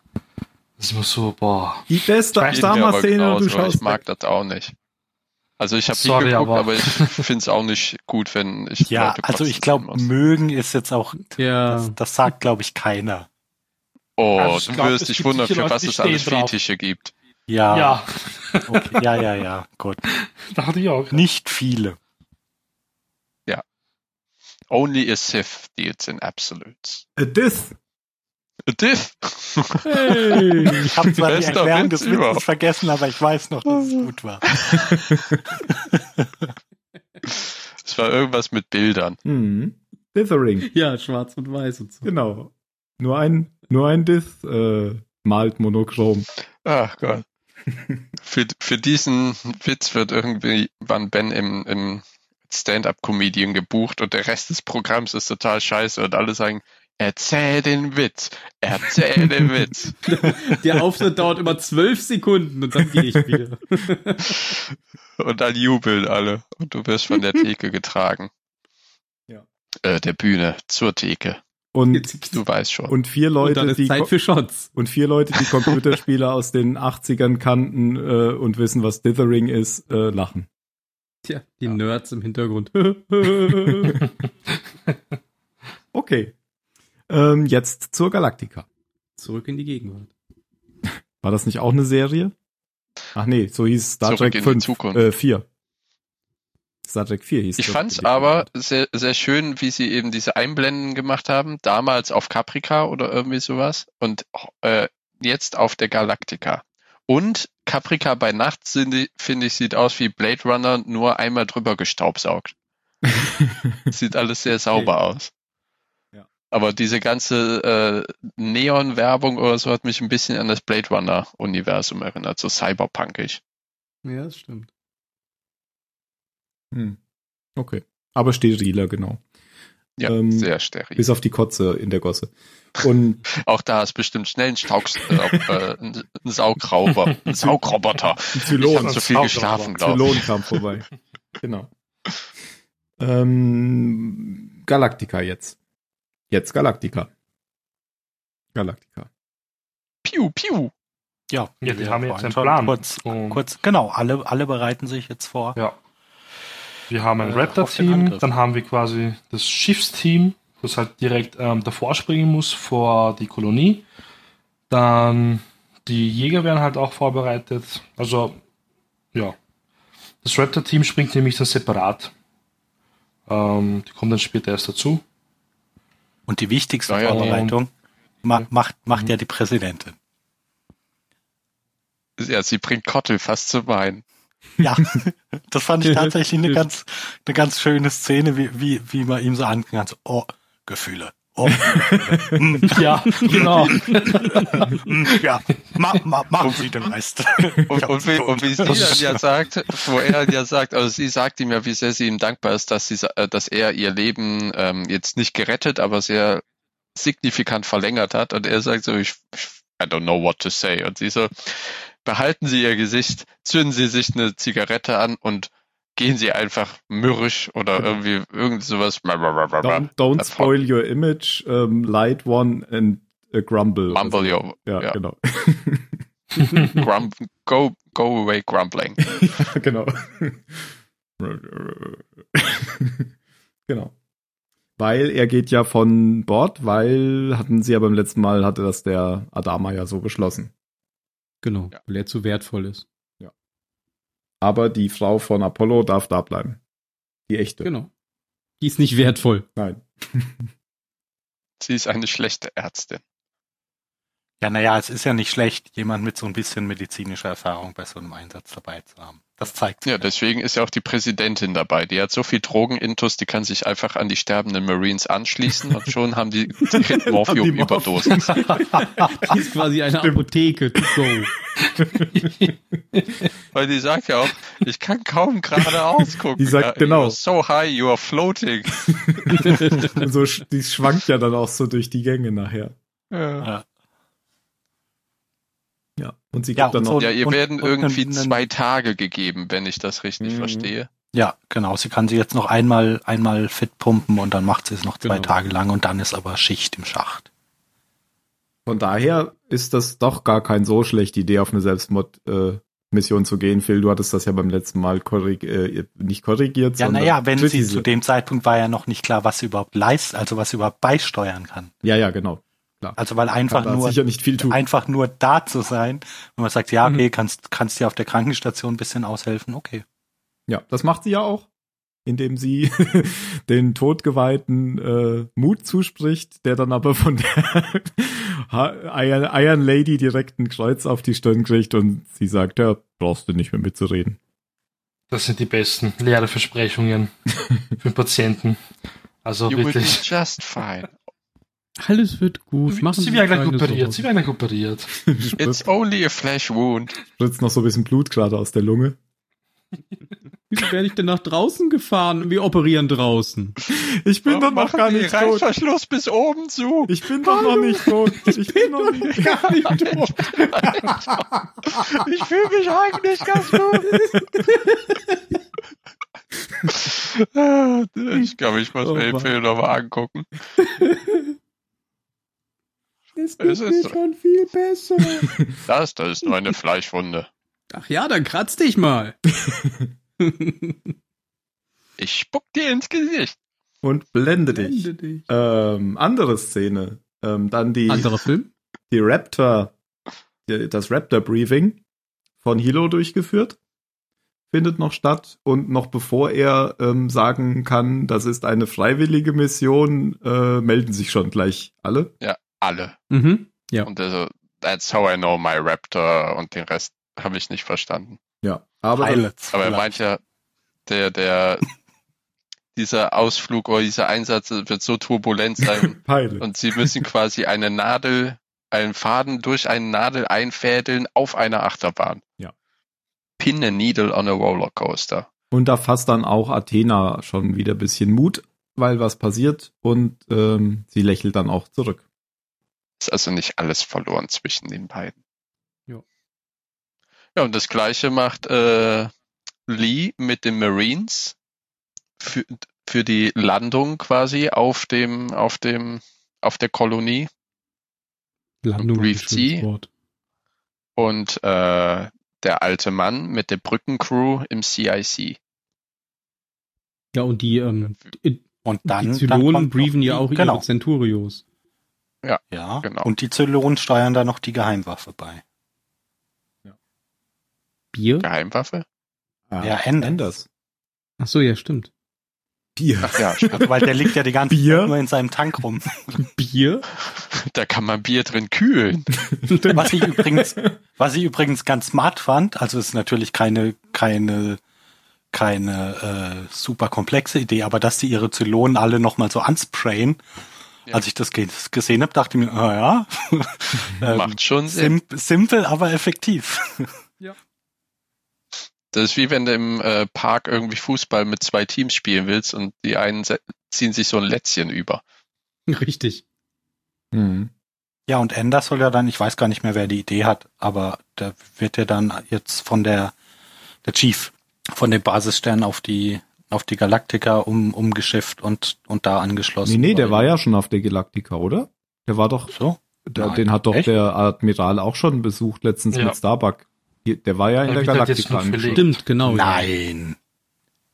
A: Das ist immer so, boah.
B: Die beste
A: Weiß ich
E: Geht mir aber
B: Star-Szene, du
E: genauso, weil
B: schaust.
E: ich mag das auch nicht. Also ich habe
A: Sorry,
E: hingeguckt, aber,
A: aber-
E: ich finde es auch nicht gut, wenn ich
D: Ja,
E: Leute
D: also
E: kotzen
D: ich
E: sehen
D: glaube,
E: muss.
D: mögen ist jetzt auch,
C: Ja.
D: das, das sagt, glaube ich, keiner.
E: Oh,
A: Also ich
E: du
A: glaub, es
E: wirst dich
A: gibt
E: wundern,
A: sicher
E: für
A: Leute,
E: was
A: die
E: es alles
A: stehen drauf.
E: Fetische gibt.
D: Ja, ja,
A: Ja,
D: okay. ja, ja, ja, gut.
A: dachte ich auch.
D: Nicht viele.
E: Only a Sith deals in absolutes.
B: A Diss.
E: A Diff!
C: Hey.
D: Ich habe zwar die
E: Bester
D: Erklärung
E: Witz
D: des Witzes
E: überhaupt.
D: vergessen, aber ich weiß noch, dass es gut war.
E: es war irgendwas mit Bildern.
B: Hm. Dithering.
C: ja, schwarz und weiß und so.
B: Genau. Nur ein, nur ein Diss äh, malt monochrom.
E: Ach Gott. für, für diesen Witz wird irgendwann Ben im, im Stand-up-Comedian gebucht und der Rest des Programms ist total scheiße und alle sagen, erzähl den Witz, erzähl den Witz.
C: Der Auftritt dauert immer zwölf Sekunden und dann gehe ich wieder.
E: Und dann jubeln alle und du wirst von der Theke getragen.
B: Ja.
E: Äh, der Bühne, zur Theke.
B: Und,
C: Jetzt,
E: Du weißt schon.
B: und vier
C: und
B: Leute,
C: dann ist
B: die
C: Zeit für Shots.
B: und vier Leute, die Computerspiele aus den 80ern kannten äh, und wissen, was Dithering ist, äh, lachen.
C: Tja, die Nerds im Hintergrund.
B: Okay. Ähm, jetzt zur Galactica.
C: Zurück in die Gegenwart.
B: War das nicht auch eine Serie? Ach nee, so hieß Star
E: Zurück
B: Trek
E: in die
B: 5,
E: Zukunft.
B: äh, 4. Star Trek 4 hieß
E: Ich
B: das.
E: fand's aber sehr, sehr schön, wie sie eben diese Einblenden gemacht haben, damals auf Caprica oder irgendwie sowas und äh, jetzt auf der Galactica. Und Caprica bei Nacht, sind die- finde ich, sieht aus wie Blade Runner, nur einmal drüber gestaubsaugt. Sieht alles sehr sauber aus.
B: Ja.
E: Aber diese ganze äh, Neon-Werbung oder so hat mich ein bisschen an das Blade Runner-Universum erinnert, so cyberpunkig.
C: Ja, das stimmt.
B: Hm. Okay. Aber steriler, genau.
E: Ja,
B: Ähm,
E: sehr steril.
B: Bis auf die Kotze in der Gosse. Und
E: Auch da ist bestimmt schnell ein, Staubs äh, ein ein Saugrauber, ein Saugroboter.
B: ein
E: Ich
B: Zylon.
E: habe zu viel
A: Saugroboter.
E: geschlafen, glaube
B: Zylon
E: ich.
B: kam vorbei. genau. Ähm, Galactica jetzt. Jetzt Galactica. Galactica.
E: Piu, piu.
D: Ja,
A: Ja, die haben jetzt
D: vorhin
A: einen
D: schon
A: Plan.
D: Kurz,
A: Und-
D: kurz, genau, alle, alle bereiten sich jetzt vor.
A: Ja. Wir haben ein
D: Äh, auf den
A: Raptor-Team,
D: Angriff.
A: dann haben wir quasi das Schiffsteam, das halt direkt ähm, davor springen muss vor die Kolonie. Dann die Jäger werden halt auch vorbereitet. Also, ja. Das Raptor-Team springt nämlich dann separat. Ähm, die kommen dann später erst dazu.
D: Und die wichtigste
E: Ja, Mhm. ja,
D: Vorbereitung ma macht, macht ja die Präsidentin.
E: Ja, sie bringt Kottel fast zu weinen.
D: Ja, das fand ich tatsächlich eine
C: Hilft.
D: ganz, eine ganz schöne Szene, wie, wie, wie man ihm so angegangen hat. So, oh, Gefühle. Oh, Gefühle. Hm,
A: Ja, genau.
D: hm, ja, ma, ma, machen Sie den Rest.
E: Und, und, wie, und wie sie
A: Das
E: dann
A: ist-
E: ja sagt, wo er dann ja sagt, also sie sagt ihm ja, wie sehr sie ihm dankbar ist, dass, sie, sa- äh, dass er ihr Leben ähm, jetzt nicht gerettet, aber sehr signifikant verlängert hat. Und er sagt so, ich, ich I don't know what to say. Und sie so, behalten Sie Ihr Gesicht, zünden Sie sich eine Zigarette an und gehen Sie einfach mürrisch oder
A: Genau.
E: irgendwie irgend sowas.
B: Don't, don't
E: That's
B: spoil your image, ähm, light one and äh, grumble.
E: Mumble your,
B: ja,
E: ja.
B: genau.
E: grum, go, go away grumbling.
B: genau. genau. Weil er geht ja von Bord, weil hatten sie ja beim letzten Mal, hatte das der Adama ja so beschlossen.
C: Genau,
E: Ja.
C: weil er zu wertvoll ist.
B: Aber die Frau von Apollo darf da bleiben. Die echte.
C: Genau. Die ist nicht wertvoll.
B: Nein.
E: Sie ist eine schlechte Ärztin.
D: Ja, naja, es ist ja nicht schlecht, jemand mit so ein bisschen medizinischer Erfahrung bei so einem Einsatz dabei zu haben. Das zeigt sich.
E: Ja, deswegen ist ja auch die Präsidentin dabei. Die hat so viel Drogenintus, die kann sich einfach an die sterbenden Marines anschließen und schon haben die, die Morphium-Überdosis.
C: Die ist quasi eine Apotheke to go.
E: Weil die sagt ja auch, ich kann kaum geradeaus gucken.
B: Die sagt
E: Ja,
B: genau.
E: You're so high, you are floating.
B: Und so, sch- die schwankt ja dann auch so durch die Gänge nachher.
E: Ja.
D: Ja.
B: Ja. Und sie gibt
D: Ja,
B: dann
D: und
B: noch.
D: so-
E: ja, ihr
D: und-
E: werden
D: und
E: irgendwie
D: einen-
E: zwei Tage gegeben, wenn ich das richtig
B: Mhm.
E: verstehe.
D: Ja, genau. Sie kann sie jetzt noch einmal, einmal fit pumpen und dann macht sie es noch zwei
C: Genau.
D: Tage lang und dann ist aber Schicht im Schacht.
B: Von daher ist das doch gar kein so schlechte Idee, auf eine Selbstmord-Mission zu gehen. Phil, du hattest das ja beim letzten Mal korrig äh, nicht korrigiert,
D: Ja,
B: sondern
D: naja, wenn sie zu
B: kritisiert.
D: dem Zeitpunkt war ja noch nicht klar, was sie überhaupt leistet, also was sie überhaupt beisteuern kann.
B: Ja, ja, genau.
D: Also weil
B: Kann
D: einfach
B: da
D: nur,
B: sicher nicht viel tun.
D: einfach nur da zu sein, wenn man sagt, ja, okay,
C: Mhm.
D: kannst, kannst dir auf der Krankenstation ein bisschen aushelfen, okay.
B: Ja, das macht sie ja auch, indem sie den Todgeweihten äh, Mut zuspricht, der dann aber von der Ha- Iron, Iron Lady direkt ein Kreuz auf die Stirn kriegt und sie sagt, ja, brauchst du nicht mehr mitzureden.
A: Das sind die besten leere Versprechungen für den Patienten. Also
E: You will be
A: wirklich.
E: just fine.
C: Alles wird gut. Machen
A: Sie werden gleich
C: keine
A: operiert.
C: Sorgen.
A: Sie werden gleich operiert.
E: It's only a flesh wound.
B: Spritzt noch so ein bisschen Blut gerade aus der Lunge.
C: Wieso werde ich denn nach draußen gefahren? Wir operieren draußen.
B: Ich bin doch noch gar nicht tot.
E: Reißverschluss bis oben zu.
B: Ich bin doch noch nicht tot. Ich bin noch nicht gar nicht tot.
E: Ich fühle mich eigentlich ganz gut. ich glaube, ich muss
B: Oh
E: mir den
B: Mann.
E: Film nochmal angucken.
C: Es
E: geht Es ist mir so.
C: schon viel besser.
E: Das, das ist nur eine Fleischwunde.
C: Ach ja, dann kratz dich mal.
E: Ich spuck dir ins Gesicht.
B: Und blende dich.
C: Blende dich.
B: Ähm, andere Szene. Ähm, dann die,
C: Anderer Film?
B: die Raptor, die, das Raptor-Briefing von Hilo durchgeführt. Findet noch statt und noch bevor er ähm, sagen kann, das ist eine freiwillige Mission, äh, melden sich schon gleich alle.
E: Alle.
C: Mhm. Ja.
E: Und also, that's how I know my Raptor und den Rest habe ich nicht verstanden.
B: Ja, aber
D: Pilots.
E: Aber er
D: vielleicht.
E: meint ja, der, der, dieser Ausflug oder dieser Einsatz wird so turbulent sein,
B: Pilot.
E: Und sie müssen quasi eine Nadel, einen Faden durch eine Nadel einfädeln auf einer Achterbahn.
B: Ja.
E: Pin a needle on a roller coaster.
B: Und da fasst dann auch Athena schon wieder ein bisschen Mut, weil was passiert und ähm, sie lächelt dann auch zurück.
E: Ist also nicht alles verloren zwischen den beiden.
C: Jo.
E: Ja, und das gleiche macht äh, Lee mit den Marines für, für die Landung quasi auf dem, auf dem, auf der Kolonie.
C: Landung ist ein
E: Brief
C: schönes
E: sie.
C: Wort.
E: und äh, der alte Mann mit der Brückencrew im CIC.
C: Ja, und die, ähm, die
D: und dann, dann
C: Zylonen
D: kommt
C: briefen
D: noch
C: ja
D: die-
C: auch
D: genau.
C: ihre Centurios.
D: Ja,
E: Genau.
D: und die Zylonen steuern da noch die Geheimwaffe bei.
C: Bier?
E: Geheimwaffe?
D: Ja, Anders.
B: Anders.
C: Ach so, ja, stimmt.
B: Bier.
E: Ach ja, stimmt.
D: Also, weil der liegt ja die ganze
B: Bier?
D: Zeit nur in seinem Tank rum.
C: Bier?
E: da kann man Bier drin kühlen.
D: Was ich übrigens, was ich übrigens ganz smart fand, also ist natürlich keine, keine, keine äh, super komplexe Idee, aber dass die ihre Zylonen alle nochmal so ansprayen,
E: Ja.
D: als ich das ge gesehen habe, dachte ich mir, ah ja, ähm,
E: Macht schon Sinn.
D: sim simpel, aber effektiv.
E: Das ist wie wenn du im äh, Park irgendwie Fußball mit zwei Teams spielen willst und die einen se- ziehen sich so ein Lätzchen über.
C: Richtig.
B: Mhm.
D: Ja, und Ender soll ja dann, ich weiß gar nicht mehr, wer die Idee hat, aber da wird ja dann jetzt von der, der Chief, von dem Basisstern auf die, auf die Galaktika um, umgeschifft und, und da angeschlossen.
B: Nee, nee, der war ja schon auf der Galaktika, oder? Der war doch,
D: So?
B: der,
D: Nein.
B: den hat doch
D: Echt?
B: der Admiral auch schon besucht letztens
A: Ja.
B: mit Starbuck. Hier, Der war ja in
A: Da
B: der
A: wird halt jetzt
B: Galaktika
A: nur verlegt.
B: angeschaut.
C: Stimmt, genau. ja.
D: Nein.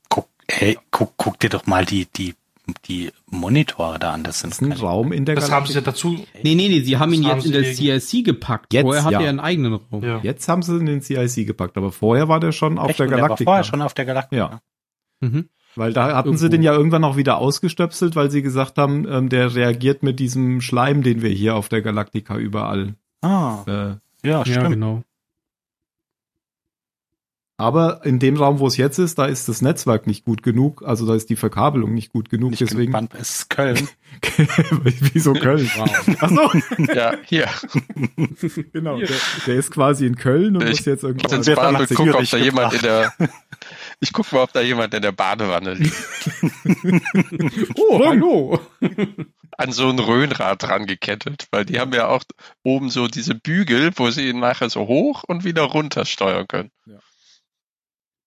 D: Guck, hey, guck, guck dir doch mal die, die, die Monitore da an. Das sind
B: Das ist ein
D: keine-
B: Raum in der
A: Das haben sie ja
B: Galaktika.
A: dazu.
C: Nee, nee, nee, sie haben ihn
A: Das haben
C: jetzt in
A: sie
C: der CIC gepackt.
B: Jetzt,
C: Vorher
B: ja.
C: hatte er einen eigenen Raum.
A: Ja.
B: Jetzt haben sie ihn in den CIC gepackt, aber vorher war der schon auf
D: Echt?
B: der
D: Und der war
B: Galaktika.
D: vorher schon auf der Galaktika.
B: Ja.
C: Mhm.
B: Weil da hatten sie
C: Irgendwo.
B: den ja irgendwann auch wieder ausgestöpselt, weil sie gesagt haben, ähm, der reagiert mit diesem Schleim, den wir hier auf der Galaktika überall.
D: Ah,
B: Äh,
D: ja,
C: Ja,
D: stimmt.
C: genau.
B: aber in dem Raum, wo es jetzt ist, da ist das Netzwerk nicht gut genug, also da ist die Verkabelung nicht gut genug,
D: Nicht
B: deswegen.
D: gespannt, es ist Köln.
B: Wieso Köln? Ach so,
E: Ja, hier.
B: genau. Der, der ist quasi in Köln und
E: Ich-
B: muss jetzt irgendwo.
D: Sind
E: Jetzt
D: wir
E: war
D: dann
E: und
D: nach
E: guck, ob
D: Zürich
E: da jemand in der, Ich guck mal, ob da jemand in der Badewanne liegt.
C: Oh, hallo.
E: An so ein Röhnrad dran gekettet, weil die haben ja auch oben so diese Bügel, wo sie ihn nachher so hoch und wieder runter steuern können.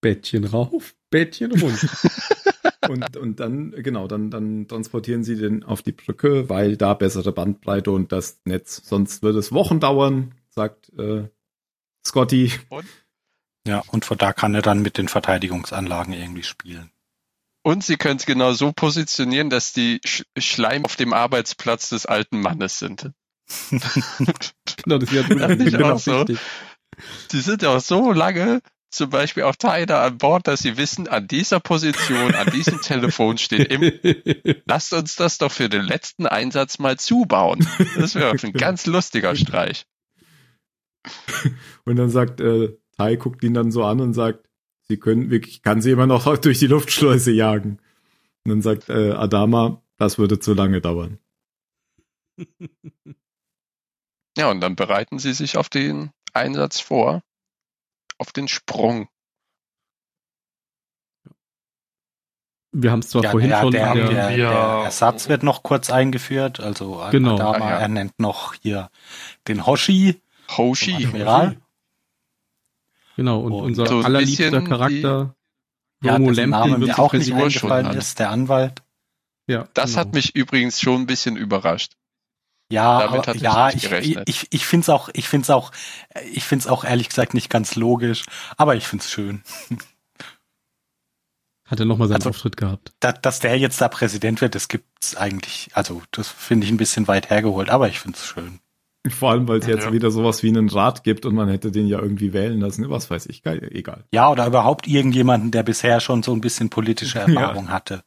C: Bettchen rauf, Bettchen runter.
B: Und, und dann, genau, dann, dann transportieren sie den auf die Brücke, weil da bessere Bandbreite und das Netz. Sonst würde es Wochen dauern, sagt äh, Scotty.
D: Ja, und von da kann er dann mit den Verteidigungsanlagen irgendwie spielen.
E: Und sie können es genau so positionieren, dass die Sch Schleim auf dem Arbeitsplatz des alten Mannes sind.
C: Genau, das ist
E: Ja, nicht
C: genau,
E: auch so.
C: richtig.
E: die sind auch so lange zum Beispiel auch Teile an Bord, dass sie wissen, an dieser Position, an diesem Telefon steht im, lasst uns das doch für den letzten Einsatz mal zubauen. Das wäre ein ganz lustiger Streich.
B: Und dann sagt, äh, Tai guckt ihn dann so an und sagt, sie können, ich kann sie immer noch durch die Luftschleuse jagen. Und dann sagt äh, Adama, das würde zu lange dauern.
E: Ja, und dann bereiten sie sich auf den Einsatz vor, auf den Sprung.
C: Wir haben es zwar
D: Ja,
C: vorhin
D: der,
C: schon.
D: der,
C: ja.
D: der, der
A: Ja.
D: Ersatz wird noch kurz eingeführt. Also Ad-
C: Genau.
D: Adama,
E: Ah, ja.
D: er nennt noch hier den Hoshi, den
E: Hoshi.
D: Admiral.
C: Genau, und
D: Und
C: unser
E: Oh, so ein
C: allerliebster
E: bisschen
C: Charakter,
D: Ja,
C: Romo
D: dessen
C: Lempel,
D: Name
C: wird
D: mir
C: zum
D: auch nicht
C: Präsidenten.
D: eingefallen
E: geworden.
D: ist, der Anwalt.
C: Ja,
E: Das
C: genau.
E: hat mich übrigens schon ein bisschen überrascht.
D: Ja,
E: Damit
D: aber,
E: hatte ich
D: ja,
E: nicht
D: ich, ich,
E: gerechnet.
D: ich, ich finde es auch, ich find's auch, ich find's auch ehrlich gesagt nicht ganz logisch, aber ich finde es schön.
C: Hat er nochmal seinen
D: Also-
C: Auftritt gehabt.
D: Da, dass der jetzt da Präsident wird, das gibt's eigentlich, also das finde ich ein bisschen weit hergeholt, aber ich finde es schön.
B: Vor allem, weil es jetzt
A: Ja.
B: wieder sowas wie einen Rat gibt und man hätte den ja irgendwie wählen lassen. Was weiß ich, geil, egal.
D: Ja, oder überhaupt irgendjemanden, der bisher schon so ein bisschen politische Erfahrung hatte.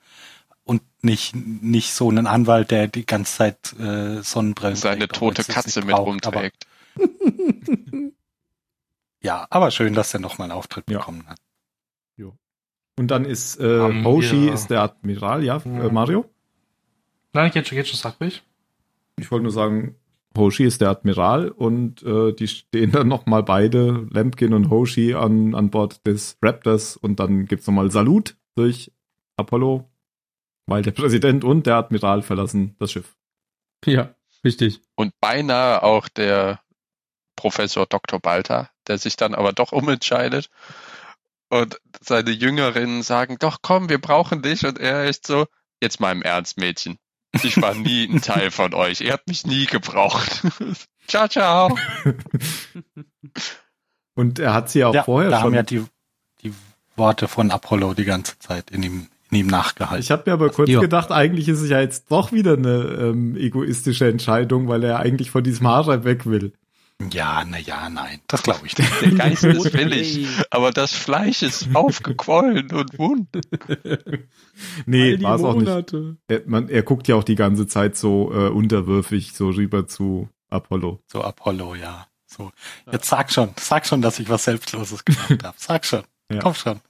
D: Und nicht, nicht so einen Anwalt, der die ganze Zeit äh, Sonnenbrillen
E: Seine
D: trägt, obwohl
E: tote
D: es das
E: Katze
D: nicht
E: mit
D: braucht. Aber,
E: rumträgt.
D: ja, aber schön, dass er nochmal einen Auftritt
B: Ja.
D: bekommen hat.
B: Und dann ist äh,
A: Haben
B: Hoshi
A: wir-
B: ist der Admiral, ja,
A: Ja.
B: Äh, Mario?
A: Nein, geht schon, geht schon, sag mich.
B: Ich wollte nur sagen, Hoshi ist der Admiral und äh, die stehen dann nochmal beide, Lempkin und Hoshi, an, an Bord des Raptors und dann gibt's nochmal Salut durch Apollo, weil der Präsident und der Admiral verlassen das Schiff.
C: Ja, richtig.
E: Und beinahe auch der Professor Dr. Balter, der sich dann aber doch umentscheidet. Und seine Jüngerinnen sagen, doch komm, wir brauchen dich. Und er ist so, jetzt mal im Ernst, Mädchen. Ich war nie ein Teil von euch. Ihr habt mich nie gebraucht. ciao, ciao.
B: Und er hat sie auch
D: ja,
B: vorher
D: da
B: schon.
D: haben ja die, die Worte von Apollo die ganze Zeit in ihm, in ihm nachgehalten.
B: ich habe mir aber kurz
C: Ja.
B: gedacht, eigentlich ist es ja jetzt doch wieder eine ähm, egoistische Entscheidung, weil er eigentlich von diesem Haarschreib weg will.
D: ja, na ja, nein, das glaube ich nicht.
E: Der Geist ist willig, aber das Fleisch ist aufgequollen und wund.
B: Nee, war es auch nicht.
C: nicht.
B: Er, man, er guckt ja auch die ganze Zeit so äh, unterwürfig so rüber zu Apollo.
D: So Apollo, ja. So, jetzt sag schon, sag schon, dass ich was Selbstloses gemacht habe. Sag schon,
B: Ja.
D: komm schon.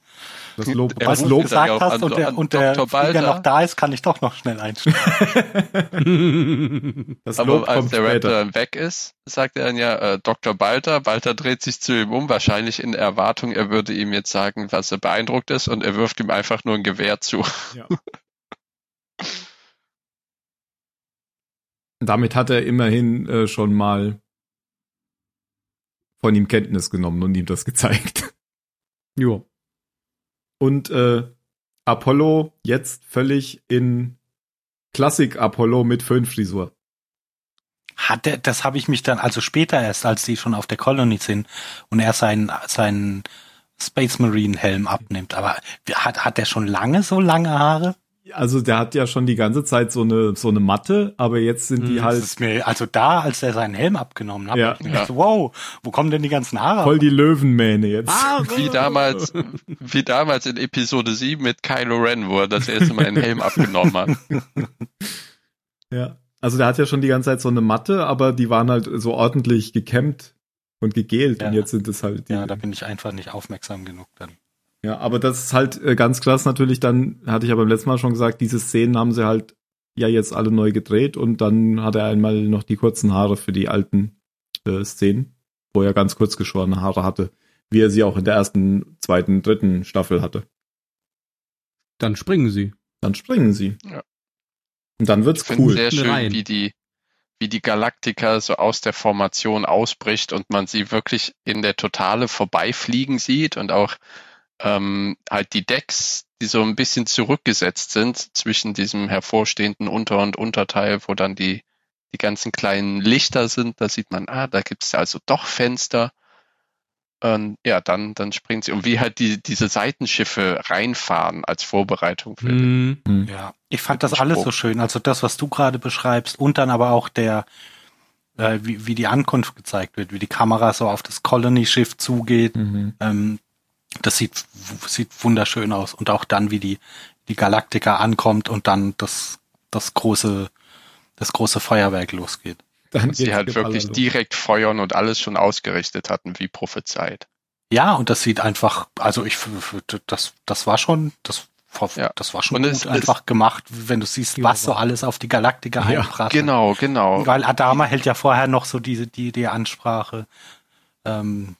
B: Das Lob,
E: Er
B: das
E: muss
D: du
B: Lob
E: gesagt
D: gesagt
E: ja auch
D: hast
E: an-
D: und
E: an
D: der, und der
E: Dr.
D: Flieger
E: Balter.
D: noch da ist, kann ich doch noch schnell einsteigen.
B: Das Lob
E: Aber als
B: kommt
E: der Raptor
B: später.
E: dann weg ist, sagt er dann ja äh, Dr. Balter. Balter dreht sich zu ihm um, wahrscheinlich in der Erwartung, er würde ihm jetzt sagen, was er beeindruckt ist und er wirft ihm einfach nur ein Gewehr zu.
B: Damit hat er immerhin äh, schon mal von ihm Kenntnis genommen und ihm das gezeigt.
C: Jo.
B: Und äh, Apollo jetzt völlig in Klassik-Apollo mit Föhnfrisur.
D: Hat er, das habe ich mich dann, also später erst, als die schon auf der Colony sind und er seinen, seinen Space Marine Helm abnimmt. Aber hat, hat er schon lange so lange Haare?
B: Also der hat ja schon die ganze Zeit so eine so eine Matte, aber jetzt sind die
C: Mhm,
D: Das
B: halt
D: ist mir, also da, als er seinen Helm abgenommen hat,
B: Ja.
D: hab ich mir gedacht, wow, wo kommen denn die ganzen Haare?
B: voll die Löwenmähne jetzt.
D: Ah.
E: Wie damals, wie damals in Episode 7 mit Kylo Ren, wo er das erste Mal einen Helm abgenommen hat.
B: Ja. Also der hat ja schon die ganze Zeit so eine Matte, aber die waren halt so ordentlich gekämmt und gegelt
D: Ja.
B: und jetzt sind es halt die.
D: Ja, da bin ich einfach nicht aufmerksam genug dann.
B: Ja, aber das ist halt äh, ganz krass natürlich dann, hatte ich ja beim letzten Mal schon gesagt, diese Szenen haben sie halt ja jetzt alle neu gedreht und dann hat er einmal noch die kurzen Haare für die alten äh, Szenen, wo er ganz kurz geschorene Haare hatte, wie er sie auch in der ersten, zweiten, dritten Staffel hatte.
C: Dann springen sie.
B: Dann springen sie.
E: Ja.
B: Und dann
E: Ich
B: wird's
E: finde
B: cool.
E: sehr schön,
C: Rein.
E: wie die, wie die Galaktika so aus der Formation ausbricht und man sie wirklich in der Totale vorbeifliegen sieht und auch ähm, halt die Decks, die so ein bisschen zurückgesetzt sind zwischen diesem hervorstehenden Unter- und Unterteil, wo dann die, die ganzen kleinen Lichter sind. Da sieht man, ah, da gibt's ja also doch Fenster. Und ja, dann, dann springt sie. Und wie halt die, diese Seitenschiffe reinfahren als Vorbereitung für den
A: Mhm.
D: Ja, ich fand
E: Mit
D: das alles
E: Spruch.
D: so schön. Also das, was du gerade beschreibst und dann aber auch der, äh, wie, wie die Ankunft gezeigt wird, wie die Kamera so auf das Colony-Schiff zugeht.
B: Mhm.
D: Ähm, das sieht, w- sieht wunderschön aus. Und auch dann, wie die, die Galaktika ankommt und dann das, das große, das große Feuerwerk losgeht.
B: Dann
E: dass sie
B: geht's
E: halt wirklich
B: geballert.
E: direkt feuern und alles schon ausgerichtet hatten, wie prophezeit.
D: Ja, und das sieht einfach, also ich, f- f- das, das war schon, das, war-
E: Ja.
D: das war schon
E: Und
D: gut
E: es ist-
D: einfach gemacht, wenn du siehst, was so alles auf die Galaktika ja, einprasselt.
E: Genau, genau.
D: Weil Adama hält ja vorher noch so diese die, die Ansprache, ähm,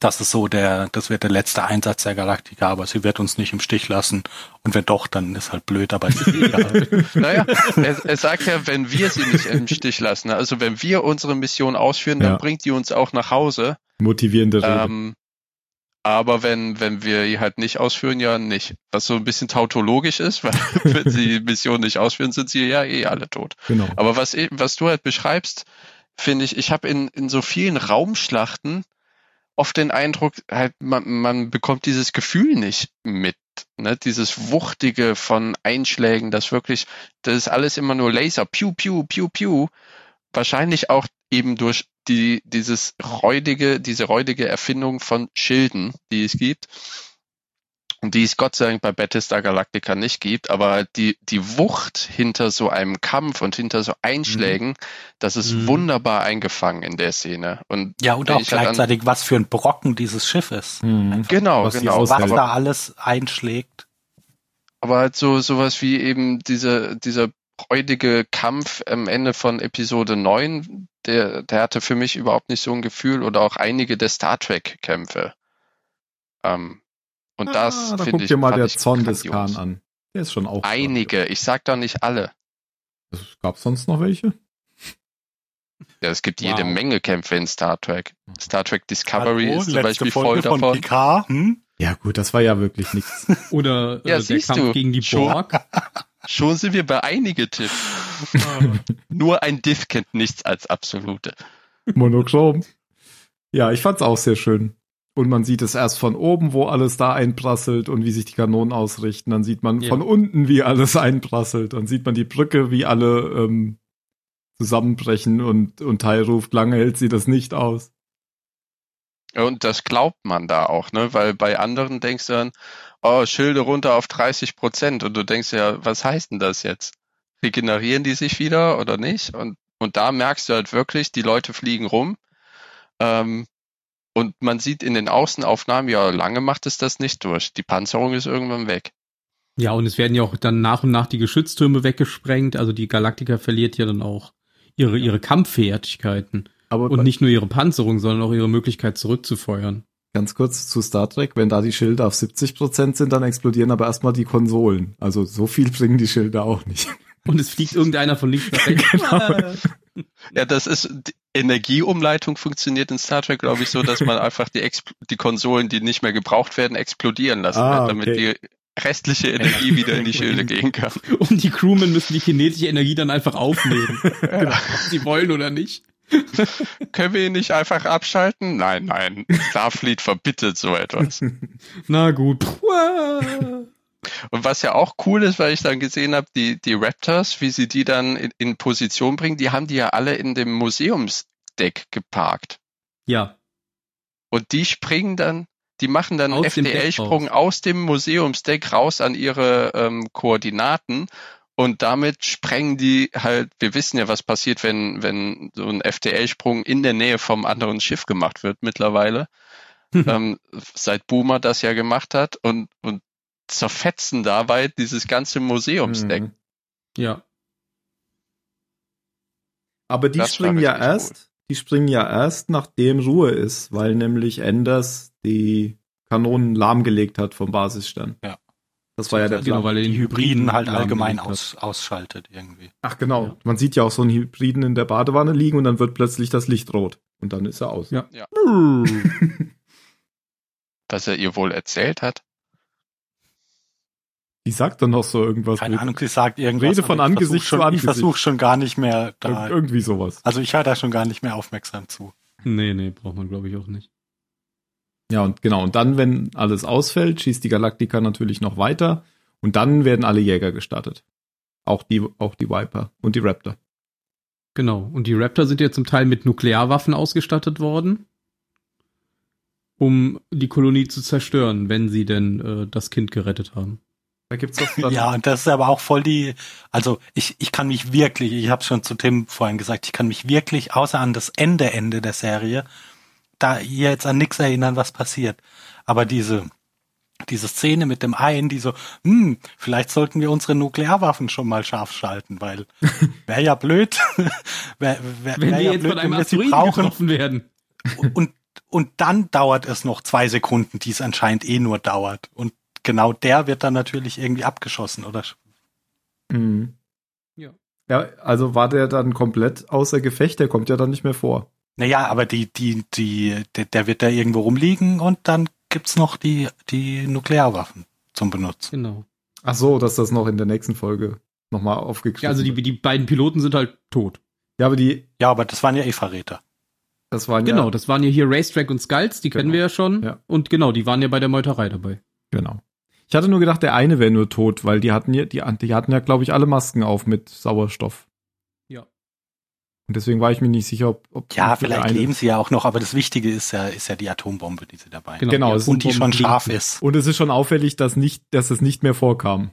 D: das ist so der, das wird der letzte Einsatz der Galaktika, aber sie wird uns nicht im Stich lassen. Und wenn doch, dann ist halt blöd, aber ist egal.
E: Naja, er, er sagt ja, wenn wir sie nicht im Stich lassen, also wenn wir unsere Mission ausführen, dann
B: Ja.
E: bringt die uns auch nach Hause.
B: Motivierende Rede.
E: Ähm, aber wenn, wenn wir die halt nicht ausführen, ja nicht. Was so ein bisschen tautologisch ist, weil wenn sie die Mission nicht ausführen, sind sie ja eh alle tot.
B: genau.
E: Aber was, eh- was du halt beschreibst, finde ich, ich habe in, in so vielen Raumschlachten oft den Eindruck, halt, man, man bekommt dieses Gefühl nicht mit. Ne? Dieses Wuchtige von Einschlägen, das wirklich, das ist alles immer nur Laser, piu, piu, piu, piu. Wahrscheinlich auch eben durch die, dieses räudige, diese räudige Erfindung von Schilden, die es gibt. Und die es Gott sei Dank bei Battlestar Galactica nicht gibt, aber die, die Wucht hinter so einem Kampf und hinter so Einschlägen, das ist
C: Mhm.
E: wunderbar eingefangen in der Szene. Und
D: ja, und
E: wenn
D: auch
E: ich halt an-
D: gleichzeitig, was für ein Brocken dieses Schiff ist. Also
B: Mhm.
E: Genau,
B: was sie
E: genau.
B: aushält.
D: Was
B: Aber-
D: da alles einschlägt.
E: Aber halt so sowas wie eben diese, dieser freudige Kampf am Ende von Episode 9, der, der hatte für mich überhaupt nicht so ein Gefühl oder auch einige der Star Trek-Kämpfe. Ähm, und das
B: ah, da
E: finde
B: guck
E: ich.
B: dir mal
E: fand
B: der
E: ich
B: Zorn des
E: grandios.
B: Khan an. Der ist schon auch.
E: Einige, ich sag doch nicht alle.
B: Es Gab sonst noch welche?
E: Ja, es gibt jede
C: Wow.
E: Menge Kämpfe in Star Trek. Star Trek Discovery
D: Hallo,
E: ist zum
D: letzte
E: Beispiel voll
D: Folge von
E: davon.
D: Picard, hm?
B: Ja gut, das war ja wirklich nichts.
C: Oder
E: Ja,
C: äh, der
E: siehst
C: Kampf
E: du.
C: gegen die
E: Schon.
C: Borg.
E: Schon sind wir bei einige Tipps. Nur ein Diff kennt nichts als absolute.
B: Monochrom. Ja, ich fand's auch sehr schön. Und man sieht es erst von oben, wo alles da einprasselt und wie sich die Kanonen ausrichten. Dann sieht man
C: Ja.
B: von unten, wie alles einprasselt. Dann sieht man die Brücke, wie alle ähm, zusammenbrechen und, und Teil ruft, lange hält sie das nicht aus.
E: Ja, Und das glaubt man da auch, ne? Weil bei anderen denkst du dann, oh, Schilde runter auf 30 Prozent. Und du denkst ja, was heißt denn das jetzt? Regenerieren die sich wieder oder nicht? Und, und da merkst du halt wirklich, die Leute fliegen rum. Ähm, und man sieht in den Außenaufnahmen, ja, lange macht es das nicht durch. Die Panzerung ist irgendwann weg.
C: Ja, und es werden ja auch dann nach und nach die Geschütztürme weggesprengt. Also die Galaktika verliert ja dann auch ihre, ihre Kampffertigkeiten.
B: Aber
C: Und nicht nur ihre Panzerung, sondern auch ihre Möglichkeit zurückzufeuern.
B: ganz kurz zu Star Trek, wenn da die Schilder auf 70 Prozent sind, dann explodieren aber erstmal die Konsolen. Also so viel bringen die Schilder auch nicht.
C: Und es fliegt irgendeiner von links nach rechts.
B: Genau.
E: Ja, das ist, die Energieumleitung funktioniert in Star Trek, glaube ich, so, dass man einfach die, Expl- die Konsolen, die nicht mehr gebraucht werden, explodieren lassen
B: Ah,
E: hat, damit
B: okay.
E: die restliche Energie wieder in die Schilde gehen kann.
C: Und die Crewmen müssen die kinetische Energie dann einfach aufnehmen. Ob Sie wollen oder nicht.
E: Können wir ihn nicht einfach abschalten? Nein, nein. Starfleet verbittet so etwas.
C: Na gut. Puh.
E: Und was ja auch cool ist, weil ich dann gesehen habe, die, die Raptors, wie sie die dann in, in Position bringen, die haben die ja alle in dem Museumsdeck geparkt.
C: Ja,
E: Und die springen dann, die machen dann einen
C: Aus dem Deck
E: FDL-Sprung
C: raus.
E: aus dem Museumsdeck raus an ihre ähm, Koordinaten. Und damit sprengen die halt, wir wissen ja, was passiert, wenn, wenn so ein FDL-Sprung in der Nähe vom anderen Schiff gemacht wird mittlerweile. ähm, seit Boomer das ja gemacht hat und, und zerfetzen dabei dieses ganze Museumsdeck.
B: Mhm.
C: ja.
B: Aber die
E: Das
B: springen
E: fand ich
B: ja
E: nicht
B: erst, die springen ja erst, nachdem Ruhe ist, weil nämlich Enders die Kanonen lahmgelegt hat vom Basisstern.
D: Ja.
B: Das war ja der
C: Genau,
B: Plan.
C: weil er den
D: Die Hybriden halt allgemein
C: lahmgelegt
D: aus, ausschaltet irgendwie.
B: Ach genau, man sieht ja auch so einen Hybriden in der Badewanne liegen und dann wird plötzlich das Licht rot. Und dann ist er aus.
C: Ja.
E: Ja.
B: Brrr.
E: was er ihr wohl erzählt hat.
B: Die sagt dann noch so irgendwas.
D: Keine
B: mit-
D: Ahnung, sie sagt irgendwas.
B: Rede von
D: aber ich versuch
B: Angesicht
D: schon,
B: zu Angesicht.
D: Ich versuche schon gar nicht mehr
B: Ir-
D: da.
B: Irgendwie sowas.
D: Also ich höre da schon gar nicht mehr aufmerksam zu.
C: hat. Nee, nee, braucht man glaube ich auch nicht.
B: Ja, und genau. Und dann, wenn alles ausfällt, schießt die Galaktika natürlich noch weiter. Und dann werden alle Jäger gestartet. Auch die, auch die Viper und die Raptor.
C: Genau. Und die Raptor sind ja zum Teil mit Nuklearwaffen ausgestattet worden, um die Kolonie zu zerstören, wenn sie denn äh, das Kind gerettet haben.
B: Da gibt's doch dann
D: Ja, und das ist aber auch voll die, also ich, ich kann mich wirklich, ich habe schon zu Tim vorhin gesagt, ich kann mich wirklich außer an das Ende, Ende der Serie, da ihr jetzt an nichts erinnern, was passiert. Aber diese, diese Szene mit dem einen, die so, hm, vielleicht sollten wir unsere Nuklearwaffen schon mal scharf schalten, weil wäre ja blöd, wäre wär,
C: Wenn
D: wär
C: die
D: ja
C: jetzt
D: blöd,
C: von einem
D: wenn wir sie
C: Asteroiden
D: brauchen.
C: getroffen werden.
D: Und, und dann dauert es noch zwei Sekunden, die es anscheinend eh nur dauert. Und genau der wird dann natürlich irgendwie abgeschossen oder
B: Mhm.
C: Ja.
B: Ja, also war der dann komplett außer Gefecht, der kommt ja dann nicht mehr vor.
D: Naja, aber die, die, die, der, der wird da irgendwo rumliegen und dann gibt's noch die, die Nuklearwaffen zum Benutzen.
C: Genau.
B: Ach so, dass das noch in der nächsten Folge nochmal aufgeklärt
C: Ja, also die, die beiden Piloten sind halt tot.
B: Ja, aber die,
D: Ja, aber das waren ja eh Verräter.
B: das waren
C: Genau,
B: ja.
C: das waren ja hier Racetrack und Skulls, die kennen
B: Genau.
C: wir ja schon.
B: Ja.
C: Und genau, die waren ja bei der Meuterei dabei.
B: Genau. Ich hatte nur gedacht, der eine wäre nur tot, weil die hatten ja, die, die hatten ja, glaube ich, alle Masken auf mit Sauerstoff.
C: Ja.
B: Und deswegen war ich mir nicht sicher, ob, ob
D: Ja,
B: der
D: vielleicht
B: eine-
D: leben sie ja auch noch, aber das Wichtige ist ja, ist ja die Atombombe, die sie dabei haben.
C: Genau.
B: Genau,
C: Ja,
B: es
D: Und die
B: sind-
D: schon scharf ist.
B: Und es ist schon auffällig, dass nicht, dass es nicht mehr vorkam.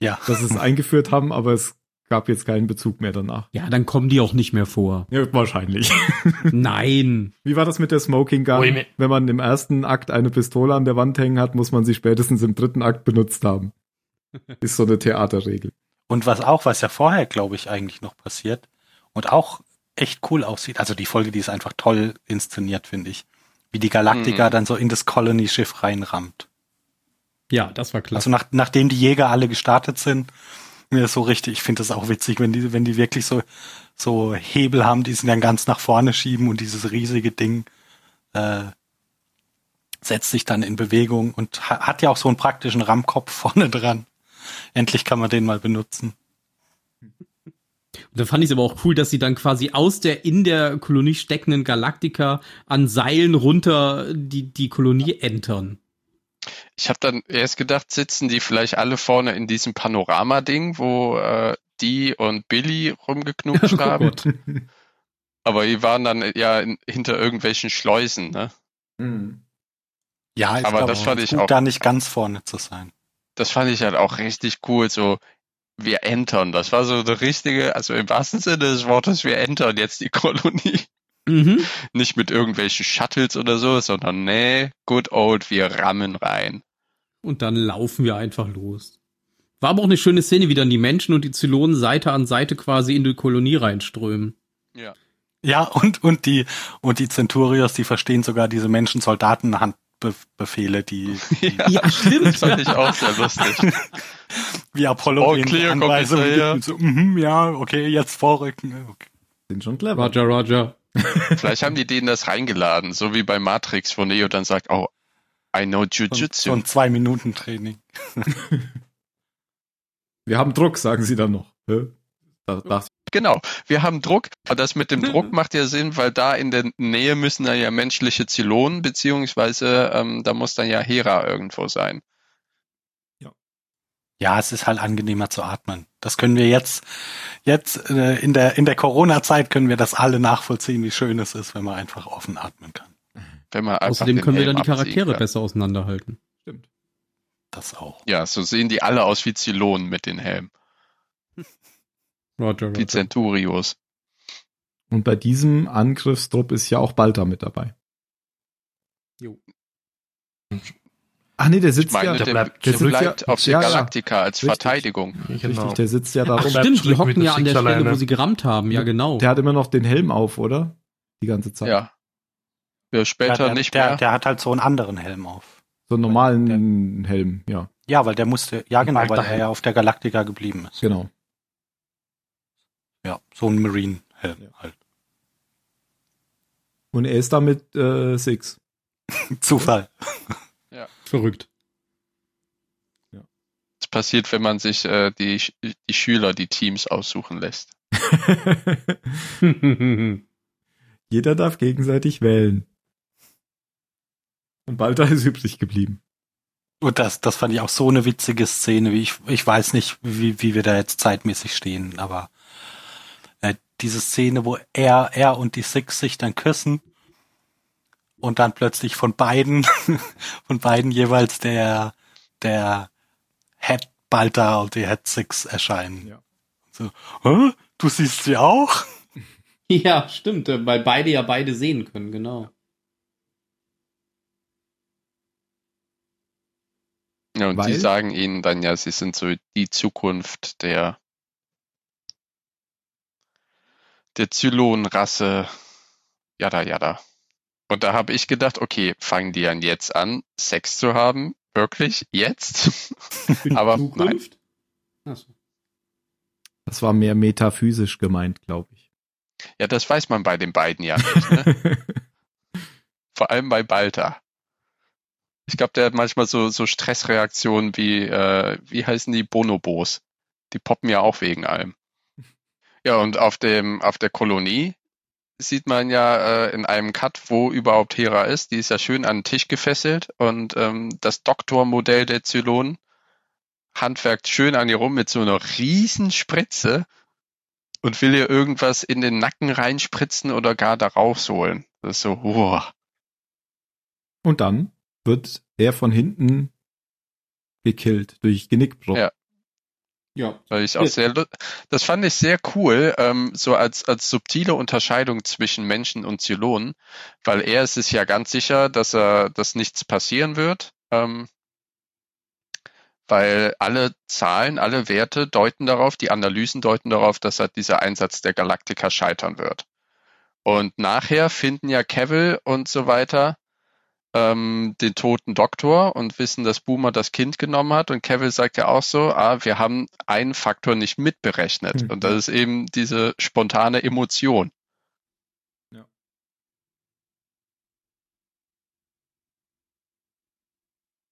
D: Ja.
B: Dass sie es eingeführt haben, aber es gab jetzt keinen Bezug mehr danach.
C: Ja, dann kommen die auch nicht mehr vor.
B: Ja, wahrscheinlich.
C: Nein.
B: Wie war das mit der Smoking Gun?
A: Ui, mir-
B: Wenn man im ersten Akt eine Pistole an der Wand hängen hat, muss man sie spätestens im dritten Akt benutzt haben. Ist so eine Theaterregel.
D: Und was auch, was ja vorher, glaube ich, eigentlich noch passiert und auch echt cool aussieht. Also die Folge, die ist einfach toll inszeniert, finde ich. Wie die Galaktika
E: Mhm.
D: dann so in das Colony-Schiff reinrammt.
C: Ja, das war klasse.
D: Also nach, nachdem die Jäger alle gestartet sind, mir ist so richtig, ich finde das auch witzig, wenn die, wenn die wirklich so, so Hebel haben, die sie dann ganz nach vorne schieben und dieses riesige Ding äh, setzt sich dann in Bewegung und ha hat ja auch so einen praktischen Rammkopf vorne dran. Endlich kann man den mal benutzen.
C: Und Da fand ich es aber auch cool, dass sie dann quasi aus der in der Kolonie steckenden Galaktika an Seilen runter die, die Kolonie entern.
E: Ich habe dann erst gedacht, sitzen die vielleicht alle vorne in diesem Panorama-Ding, wo äh, die und Billy
C: Oh
E: rumgeknutscht haben. Aber die waren dann ja in, hinter irgendwelchen Schleusen, ne?
D: Ja, ich
E: Aber
D: glaub,
E: das
D: es
E: fand
D: ist
E: ich
D: gut,
E: auch-
D: da nicht ganz vorne zu sein.
E: Das fand ich halt auch richtig cool, so wir entern. Das war so eine richtige, also im wahrsten Sinne des Wortes, wir entern jetzt die Kolonie.
C: Mhm.
E: Nicht mit irgendwelchen Shuttles oder so, sondern nee, good old, wir rammen rein.
C: Und dann laufen wir einfach los. War aber auch eine schöne Szene, wie dann die Menschen und die Zylonen Seite an Seite quasi in die Kolonie reinströmen.
D: Ja, und, und die, und die Centurios, die verstehen sogar diese Menschen-Soldaten-Handbefehle, die, die
C: Ja,
E: Das
C: stimmt.
E: fand ich auch sehr lustig.
D: wie Apollo
E: Oh,
D: denen
E: clear,
D: Anweisungen
E: Kommissar, ja.
D: gibt. So, mhm, ja, okay, jetzt vorrücken. äh, Okay.
B: Sind schon clever.
C: Roger, Roger.
E: Vielleicht haben die denen das reingeladen, so wie bei Matrix, wo Neo dann sagt, oh, I know Jujutsu.
D: So ein Zwei-Minuten-Training.
B: Wir haben Druck, sagen sie dann noch. Hä? Da, da,
E: Genau, wir haben Druck. Aber das mit dem Druck macht ja Sinn, weil da in der Nähe müssen dann ja menschliche Zylonen, beziehungsweise ähm, da muss dann ja Hera irgendwo sein.
D: Ja, es ist halt angenehmer zu atmen. Das können wir jetzt, jetzt äh, in der, in der Corona-Zeit können wir das alle nachvollziehen, wie schön es ist, wenn man einfach offen atmen kann.
E: Wenn man einfach
C: Außerdem
E: den
C: können wir
E: Helm
C: dann die
E: abziehen
C: Charaktere
E: kann.
C: besser auseinanderhalten.
D: Das auch.
E: Ja, so sehen die alle aus wie Zylonen mit den Helmen.
C: Roger,
E: Die
C: Roger.
E: Centurios.
B: und bei diesem Angriffstrupp ist ja auch Balta mit dabei.
C: Jo.
B: Ach nee, der
E: Ich
B: sitzt ja.
E: meine,
A: der
E: der
A: bleibt-
E: bleibt, der
B: der sitzt
E: bleibt
B: ja-
E: auf
B: ja,
E: der
B: ja.
E: Galaktika als
B: Richtig.
E: Verteidigung.
A: Genau.
B: Richtig, der sitzt ja da
C: Ach
B: rum.
A: Bleibt
C: stimmt, die
A: zurück mit
C: hocken
A: der
C: ja an der
A: Six
C: Stelle,
A: alleine.
C: wo sie gerammt haben. Ja, genau.
B: Der hat immer noch den Helm auf, oder? Die ganze Zeit.
E: Ja. ja. Später
D: Ja, der,
E: nicht
D: der,
E: mehr.
D: der hat halt so einen anderen Helm auf.
B: So einen normalen Helm, ja.
D: Ja, weil der musste, ja genau,
A: Bald
D: weil er
A: dahin.
D: ja auf der Galactica geblieben ist.
B: Genau.
D: Ja, so ein Marine-Helm halt.
B: Und er ist damit äh, Six.
D: Zufall.
C: Verrückt.
E: Das passiert, wenn man sich äh, die, Sch- die Schüler, die Teams aussuchen lässt.
B: Jeder darf gegenseitig wählen. Und Balta ist übrig geblieben.
D: Und das, das fand ich auch so eine witzige Szene, wie ich, ich weiß nicht, wie, wie wir da jetzt zeitmäßig stehen, aber äh, diese Szene, wo er, er und die Six sich dann küssen und dann plötzlich von beiden, von beiden jeweils der, der Head Balta und die Head Six erscheinen.
B: Ja.
D: So, Hä? du siehst sie auch?
C: Ja, stimmt, äh, weil beide ja beide sehen können, genau.
E: Ja, und die
B: Weil?
E: sagen ihnen dann ja, sie sind so die Zukunft der, der Zylon-Rasse. Jada, jada. Und da habe ich gedacht, okay, fangen die dann jetzt an, Sex zu haben? Wirklich? Jetzt?
C: Für die
E: Aber
C: Zukunft? Achso.
B: Das war mehr metaphysisch gemeint, glaube ich.
E: Ja, das weiß man bei den beiden ja nicht. Ne? Vor allem bei Balta. Ich glaube, der hat manchmal so, so Stressreaktionen wie, äh, wie heißen die Bonobos? Die poppen ja auch wegen allem. Ja, und auf dem, auf der Kolonie sieht man ja äh, in einem Cut, wo überhaupt Hera ist. Die ist ja schön an den Tisch gefesselt und ähm, das Doktormodell der Zylonen handwerkt schön an ihr rum mit so einer riesen Spritze und will ihr irgendwas in den Nacken reinspritzen oder gar da rausholen. Das ist so, wow.
B: Und dann wird er von hinten gekillt durch Genickbruch.
E: Ja.
C: Ja.
E: Weil ich auch sehr, lu- das fand ich sehr cool, ähm, so als, als subtile Unterscheidung zwischen Menschen und Zylonen, weil er ist es ja ganz sicher, dass er, dass nichts passieren wird, ähm, weil alle Zahlen, alle Werte deuten darauf, die Analysen deuten darauf, dass halt dieser Einsatz der Galaktiker scheitern wird. Und nachher finden ja Cavill und so weiter ähm, den toten Doktor und wissen, dass Boomer das Kind genommen hat. Und Cavill sagt ja auch so, ah, wir haben einen Faktor nicht mitberechnet.
B: Mhm.
E: Und das ist eben diese spontane Emotion.
B: Ja.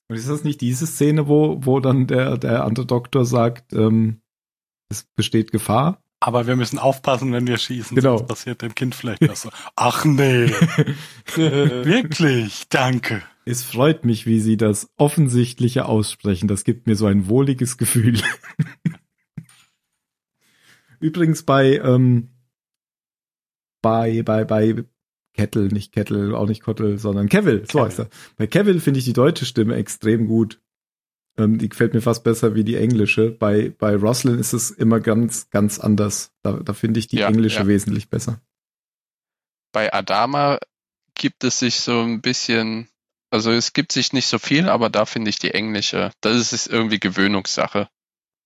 B: Und ist das nicht diese Szene, wo, wo dann der, der andere Doktor sagt, ähm, es besteht Gefahr?
D: Aber wir müssen aufpassen, wenn wir schießen.
B: Genau.
D: Sonst passiert dem Kind vielleicht was. Ach nee, wirklich, danke.
B: es freut mich, wie Sie das Offensichtliche aussprechen. Das gibt mir so ein wohliges Gefühl. Übrigens bei, ähm, bei, bei, bei Kettle, nicht Kettle, auch nicht Kottel, sondern Kevil, so
D: Cavill.
B: heißt er. Bei Kevil finde ich die deutsche Stimme extrem gut. Ähm, die gefällt mir fast besser wie die englische. Bei, bei Roslyn ist es immer ganz, ganz anders. Da, da finde ich die
E: Ja,
B: englische
E: ja.
B: wesentlich besser.
E: Bei Adama gibt es sich so ein bisschen, also es gibt sich nicht so viel, aber da finde ich die englische, das ist irgendwie Gewöhnungssache.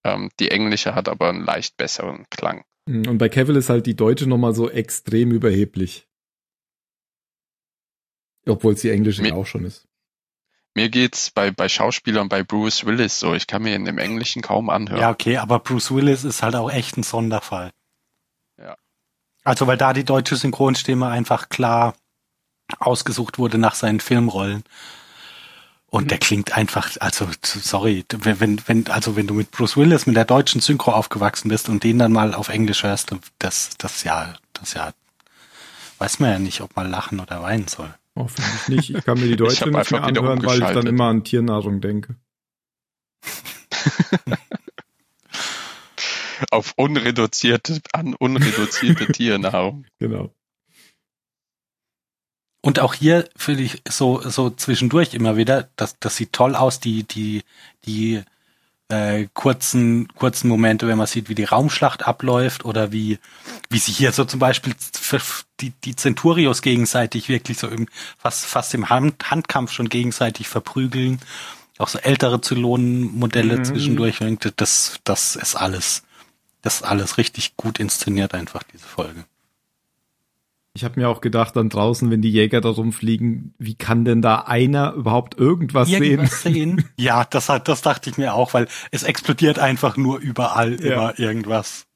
E: Ähm, die englische hat aber einen leicht besseren Klang.
B: Und bei Cavill ist halt die Deutsche nochmal so extrem überheblich. Obwohl es die Englische
E: Mi-
B: ja auch schon ist.
E: Mir geht's bei, bei Schauspielern, bei Bruce Willis so. Ich kann mir in dem Englischen kaum anhören.
D: Ja, okay, aber Bruce Willis ist halt auch echt ein Sonderfall.
E: Ja.
D: Also, weil da die deutsche Synchronstimme einfach klar ausgesucht wurde nach seinen Filmrollen. Und der klingt einfach, also, sorry, wenn, wenn, wenn, also, wenn du mit Bruce Willis, mit der deutschen Synchro aufgewachsen bist und den dann mal auf Englisch hörst, das, das ja, das ja, weiß man ja nicht, ob man lachen oder weinen soll.
B: Hoffentlich nicht. Ich kann mir die
E: Ich
B: Deutsche
E: hab
B: nicht mehr
E: einfach wieder
B: anhören, weil ich dann
E: umgeschaltet.
B: immer an Tiernahrung denke.
E: Auf unreduzierte, an unreduzierte Tiernahrung.
B: Genau.
D: Und auch hier finde ich so, so zwischendurch immer wieder, das, das sieht toll aus, die, die, die äh, kurzen, kurzen Momente, wenn man sieht, wie die Raumschlacht abläuft oder wie, wie sich hier so zum Beispiel f- f- die, die Centurios gegenseitig wirklich so im, fast, fast im Hand, Handkampf schon gegenseitig verprügeln. Auch so ältere Zylonenmodelle
B: Mhm.
D: zwischendurch. Und Das, das ist alles, das ist alles richtig gut inszeniert einfach, diese Folge.
B: Ich habe mir auch gedacht, dann draußen, wenn die Jäger da rumfliegen, wie kann denn da einer überhaupt irgendwas,
D: Irgendwas
B: sehen?
D: sehen. Ja, das hat, das dachte ich mir auch, weil es explodiert einfach nur überall
B: Ja.
D: immer irgendwas.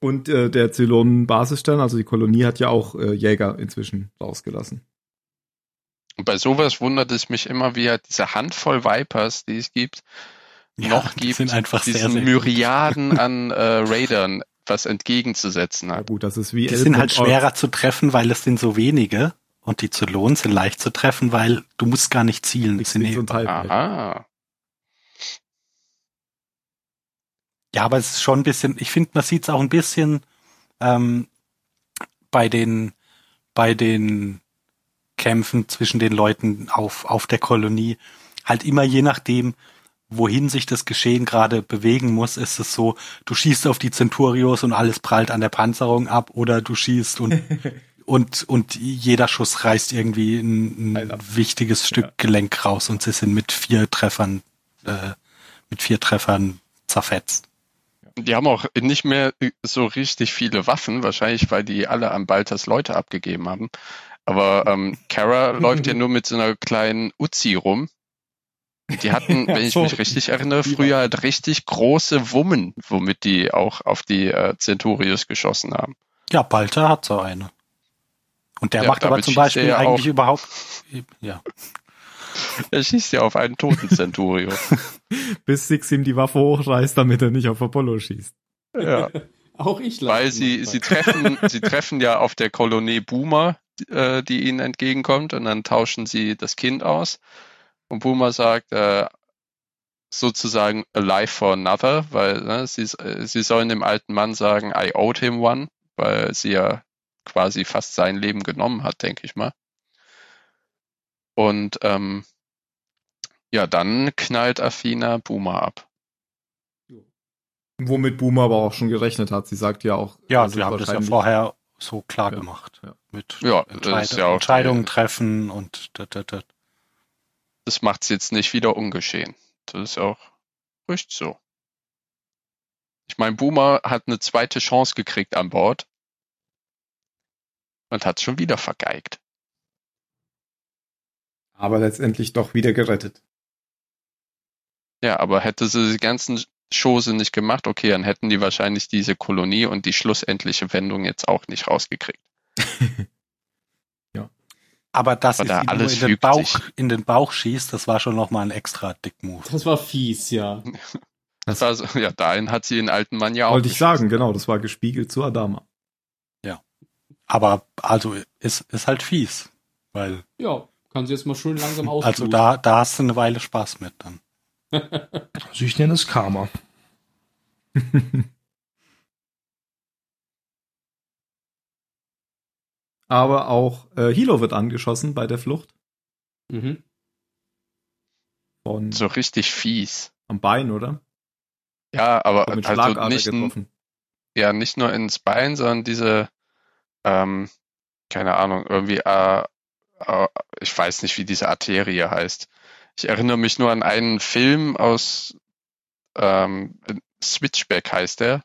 B: Und äh, der Zylonen-Basisstern, also die Kolonie, hat ja auch äh, Jäger inzwischen rausgelassen.
E: Und bei sowas wundert es mich immer, wie er diese Handvoll Vipers, die es gibt,
D: Ja,
E: noch
D: die
E: gibt,
D: sind einfach sehr,
E: diesen
D: sehr gut.
E: Myriaden an äh, Raidern was entgegenzusetzen
B: Na
E: hat.
B: gut, das ist wie
D: Die
B: Elf
D: sind
B: und
D: halt
B: Orks.
D: schwerer zu treffen, weil es sind so wenige. Und die Zylonen sind leicht zu treffen, weil du musst gar nicht zielen. Die
B: Nichts,
D: sind
B: nichts
D: eh,
B: und halb.
E: Aha.
D: ja, aber es ist schon ein bisschen, ich finde, man sieht es auch ein bisschen ähm, bei den bei den Kämpfen zwischen den Leuten auf, auf der Kolonie. Halt immer je nachdem, wohin sich das Geschehen gerade bewegen muss, ist es so, du schießt auf die Centurios und alles prallt an der Panzerung ab oder du schießt und und, und jeder Schuss reißt irgendwie ein,
B: Teil
D: ein
B: ab.
D: wichtiges Stück
B: Ja.
D: Gelenk raus und sie sind mit vier Treffern, äh, mit vier Treffern zerfetzt.
E: Die haben auch nicht mehr äh, so richtig viele Waffen, wahrscheinlich weil die alle an Baltas Leute abgegeben haben. Aber ähm, Kara läuft ja nur mit so einer kleinen Uzi rum. Die hatten, wenn ich
B: so.
E: mich richtig erinnere,
B: Die
E: früher halt richtig große Wummen, womit die auch auf die äh, Centurios geschossen haben.
D: Ja, Balta hat so eine. Und der
E: Ja,
D: macht aber
E: damit
D: zum
E: schießt er
D: Beispiel
E: ja
D: eigentlich
E: auch.
D: überhaupt, ja,
E: Er schießt ja auf einen toten Centurio.
B: Bis Six ihm die Waffe hochreißt, damit er nicht auf Apollo schießt.
E: ja.
C: Auch ich lache.
E: Weil sie, sie treffen, sie treffen ja auf der Kolonie Boomer, äh, die ihnen entgegenkommt, und dann tauschen sie das Kind aus. Und Boomer sagt, äh, sozusagen a life for another, weil ne, sie, äh, sie sollen dem alten Mann sagen, I owed him one, weil sie ja quasi fast sein Leben genommen hat, denke ich mal. Und ähm, ja, dann knallt Athena Boomer ab.
B: Womit Boomer aber auch schon gerechnet hat. Sie sagt ja auch,
D: ja,
B: also
D: die haben das ja
B: wahrscheinlich-
D: vorher so klar
B: Ja,
D: gemacht.
B: ja.
D: Mit
E: Ja, das
D: Entscheid
E: ist ja auch-
D: Entscheidungen treffen und da, da, da.
E: das macht's jetzt nicht wieder ungeschehen. Das ist auch richtig so. Ich meine, Boomer hat eine zweite Chance gekriegt an Bord und hat schon wieder vergeigt.
B: aber letztendlich doch wieder gerettet.
E: Ja, aber hätte sie die ganzen Schose nicht gemacht, okay, dann hätten die wahrscheinlich diese Kolonie und die schlussendliche Wendung jetzt auch nicht rausgekriegt.
D: Aber dass
E: Aber
D: es
E: da
D: ihm nur
E: alles
D: in den,
E: fügt
D: Bauch,
E: sich.
D: in den Bauch schießt, das war schon nochmal ein extra Dick-Move.
C: Das war fies, ja.
E: Das war so, Also, ja, dahin hat sie den alten Mann ja auch.
B: Wollte ich
E: geschossen.
B: sagen, genau, das war gespiegelt zu Adama.
D: Aber also ist, ist halt fies. Weil,
C: Ja, kann sie jetzt mal schön langsam aus.
D: also da, da hast du eine Weile Spaß mit dann.
A: Also ich nenne es Karma.
B: aber auch äh, Hilo wird angeschossen bei der Flucht
C: Mhm.
B: von
E: So richtig fies.
B: am Bein, oder?
E: Ja, aber
B: Mit
E: also
B: Schlagader
E: nicht, ein-
B: getroffen.
E: ja nicht nur ins Bein, sondern diese, ähm, keine Ahnung, irgendwie, äh, äh, ich weiß nicht, wie diese Arterie heißt. Ich erinnere mich nur an einen Film aus ähm, Switchback heißt der,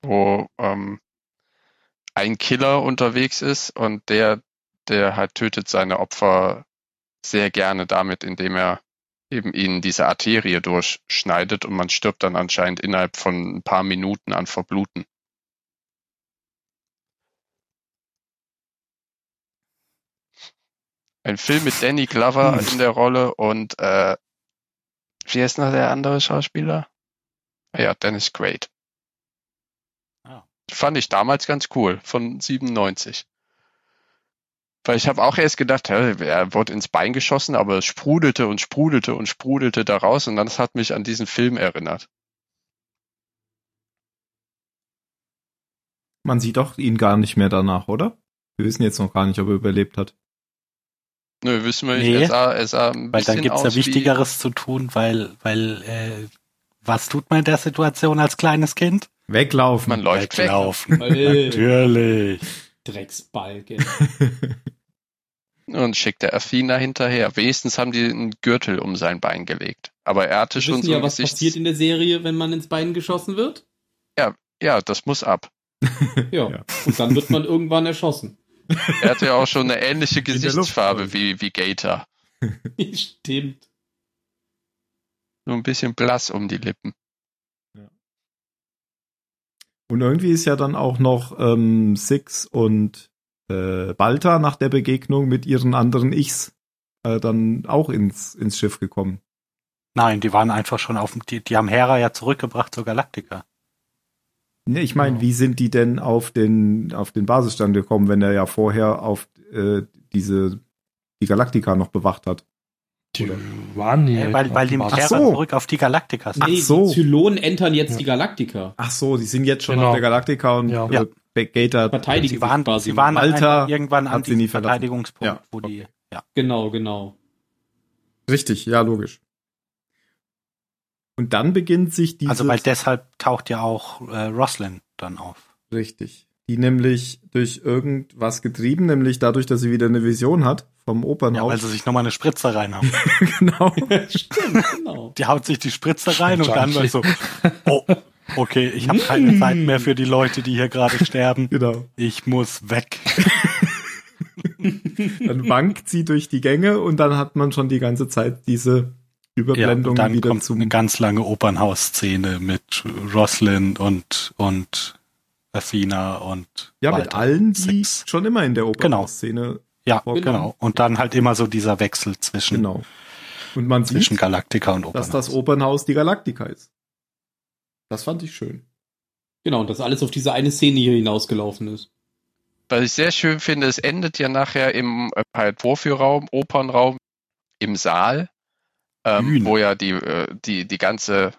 E: wo ähm, ein Killer unterwegs ist und der, der halt tötet seine Opfer sehr gerne damit, indem er eben ihnen diese Arterie durchschneidet und man stirbt dann anscheinend innerhalb von ein paar Minuten an Verbluten. Ein Film mit Danny Glover
D: Hm.
E: in der Rolle und äh, wie heißt noch der andere Schauspieler? Ah Ja, Dennis Quaid.
D: Ah.
E: Fand ich damals ganz cool, von 97. Weil ich habe auch erst gedacht, hä, er wurde ins Bein geschossen, aber es sprudelte und sprudelte und sprudelte daraus und das hat mich an diesen Film erinnert.
B: Man sieht doch ihn gar nicht mehr danach, oder? Wir wissen jetzt noch gar nicht, ob er überlebt hat.
E: Nö, wissen wir nicht,
D: Nee,
E: er sah, er sah ein
D: Weil
E: bisschen
D: dann gibt's ja
E: aus
D: Wichtigeres zu tun, weil, weil, äh, was tut man in der Situation als kleines Kind?
E: wie,
B: Weglaufen.
E: man läuft weg.
D: Weglaufen.
C: Äh,
D: Natürlich.
C: Drecksbalken.
E: und schickte Athena hinterher. Wenigstens haben die einen Gürtel um sein Bein gelegt. Aber er hatte
C: Wir
E: schon
C: wissen
E: so
C: ja,
E: ein
C: was
E: Gesichts-
C: passiert in der Serie, wenn man ins Bein geschossen wird.
E: Ja, das muss ab.
C: Ja.
B: Ja.
C: Und dann wird man irgendwann erschossen.
E: Er hatte ja auch schon eine ähnliche
B: der Luft. halt.
E: Gesichtsfarbe wie, wie Gator.
C: Stimmt.
E: Nur ein bisschen blass um die Lippen.
B: Und irgendwie ist ja dann auch noch ähm, Six und äh, Balta nach der Begegnung mit ihren anderen Ichs äh, dann auch ins, ins Schiff gekommen.
D: Nein, die waren einfach schon auf dem, die, die haben Hera ja zurückgebracht zur Galaktika.
B: Ne, ich meine, wie sind die denn auf den, auf den Basisstand gekommen, wenn er ja vorher auf äh, diese, die Galaktika noch bewacht hat?
A: Die waren ja.
D: Äh, weil, weil die mit
B: Ach
D: Hera
B: so.
D: zurück auf die Galaktika sind.
B: Ach
C: Nee,
B: so.
C: die Zylonen entern jetzt
A: Ja.
C: die Galaktika.
B: Ach so, die sind jetzt schon
A: Genau.
B: auf der Galaktika und
A: Ja.
B: äh, Gator.
C: Verteidigen
D: Sie waren,
C: sich quasi.
D: sie waren
B: Alter
D: einfach irgendwann an
B: hat sie nie
D: diesem
B: verlassen.
D: Verteidigungspunkt,
B: Ja,
D: wo die, ja.
C: Genau, genau.
B: Richtig, ja, logisch. Und dann beginnt sich diese
D: Also weil deshalb taucht ja auch äh, Roslyn dann auf.
B: Richtig. Die nämlich durch irgendwas getrieben, nämlich dadurch, dass sie wieder eine Vision hat vom
D: Ja, weil
B: Opernhaus.
D: sie sich nochmal eine Spritze reinhauen.
B: genau.
C: Stimmt, genau.
D: Die haut sich die Spritze rein und dann
A: Johnny.
D: wird so, oh, okay, ich habe keine Zeit mehr für die Leute, die hier gerade sterben.
B: genau.
D: Ich muss weg.
B: Dann wankt sie durch die Gänge und dann hat man schon die ganze Zeit diese Überblendung
D: und dann
B: wieder
D: kommt
B: zum
D: eine ganz lange Opernhaus-Szene mit Roslyn und, und Athena und
B: Ja, mit
D: Walter.
B: allen, die
D: Six.
B: schon immer in der
D: Genau.
B: Opernhaus-Szene.
D: Ja,
B: vorkommen.
D: genau. Und dann halt immer so dieser Wechsel zwischen,
B: Genau. Und man
D: zwischen
B: sieht,
D: Galaktika und Opernhaus.
B: dass das Opernhaus die Galaktika ist. Das fand ich schön.
C: Genau, und das alles auf diese eine Szene hier hinausgelaufen ist.
E: Was ich sehr schön finde, es endet ja nachher im äh, halt Vorführraum, Opernraum, im Saal, ähm,
D: Bühne.
E: wo ja die, äh, die, die ganze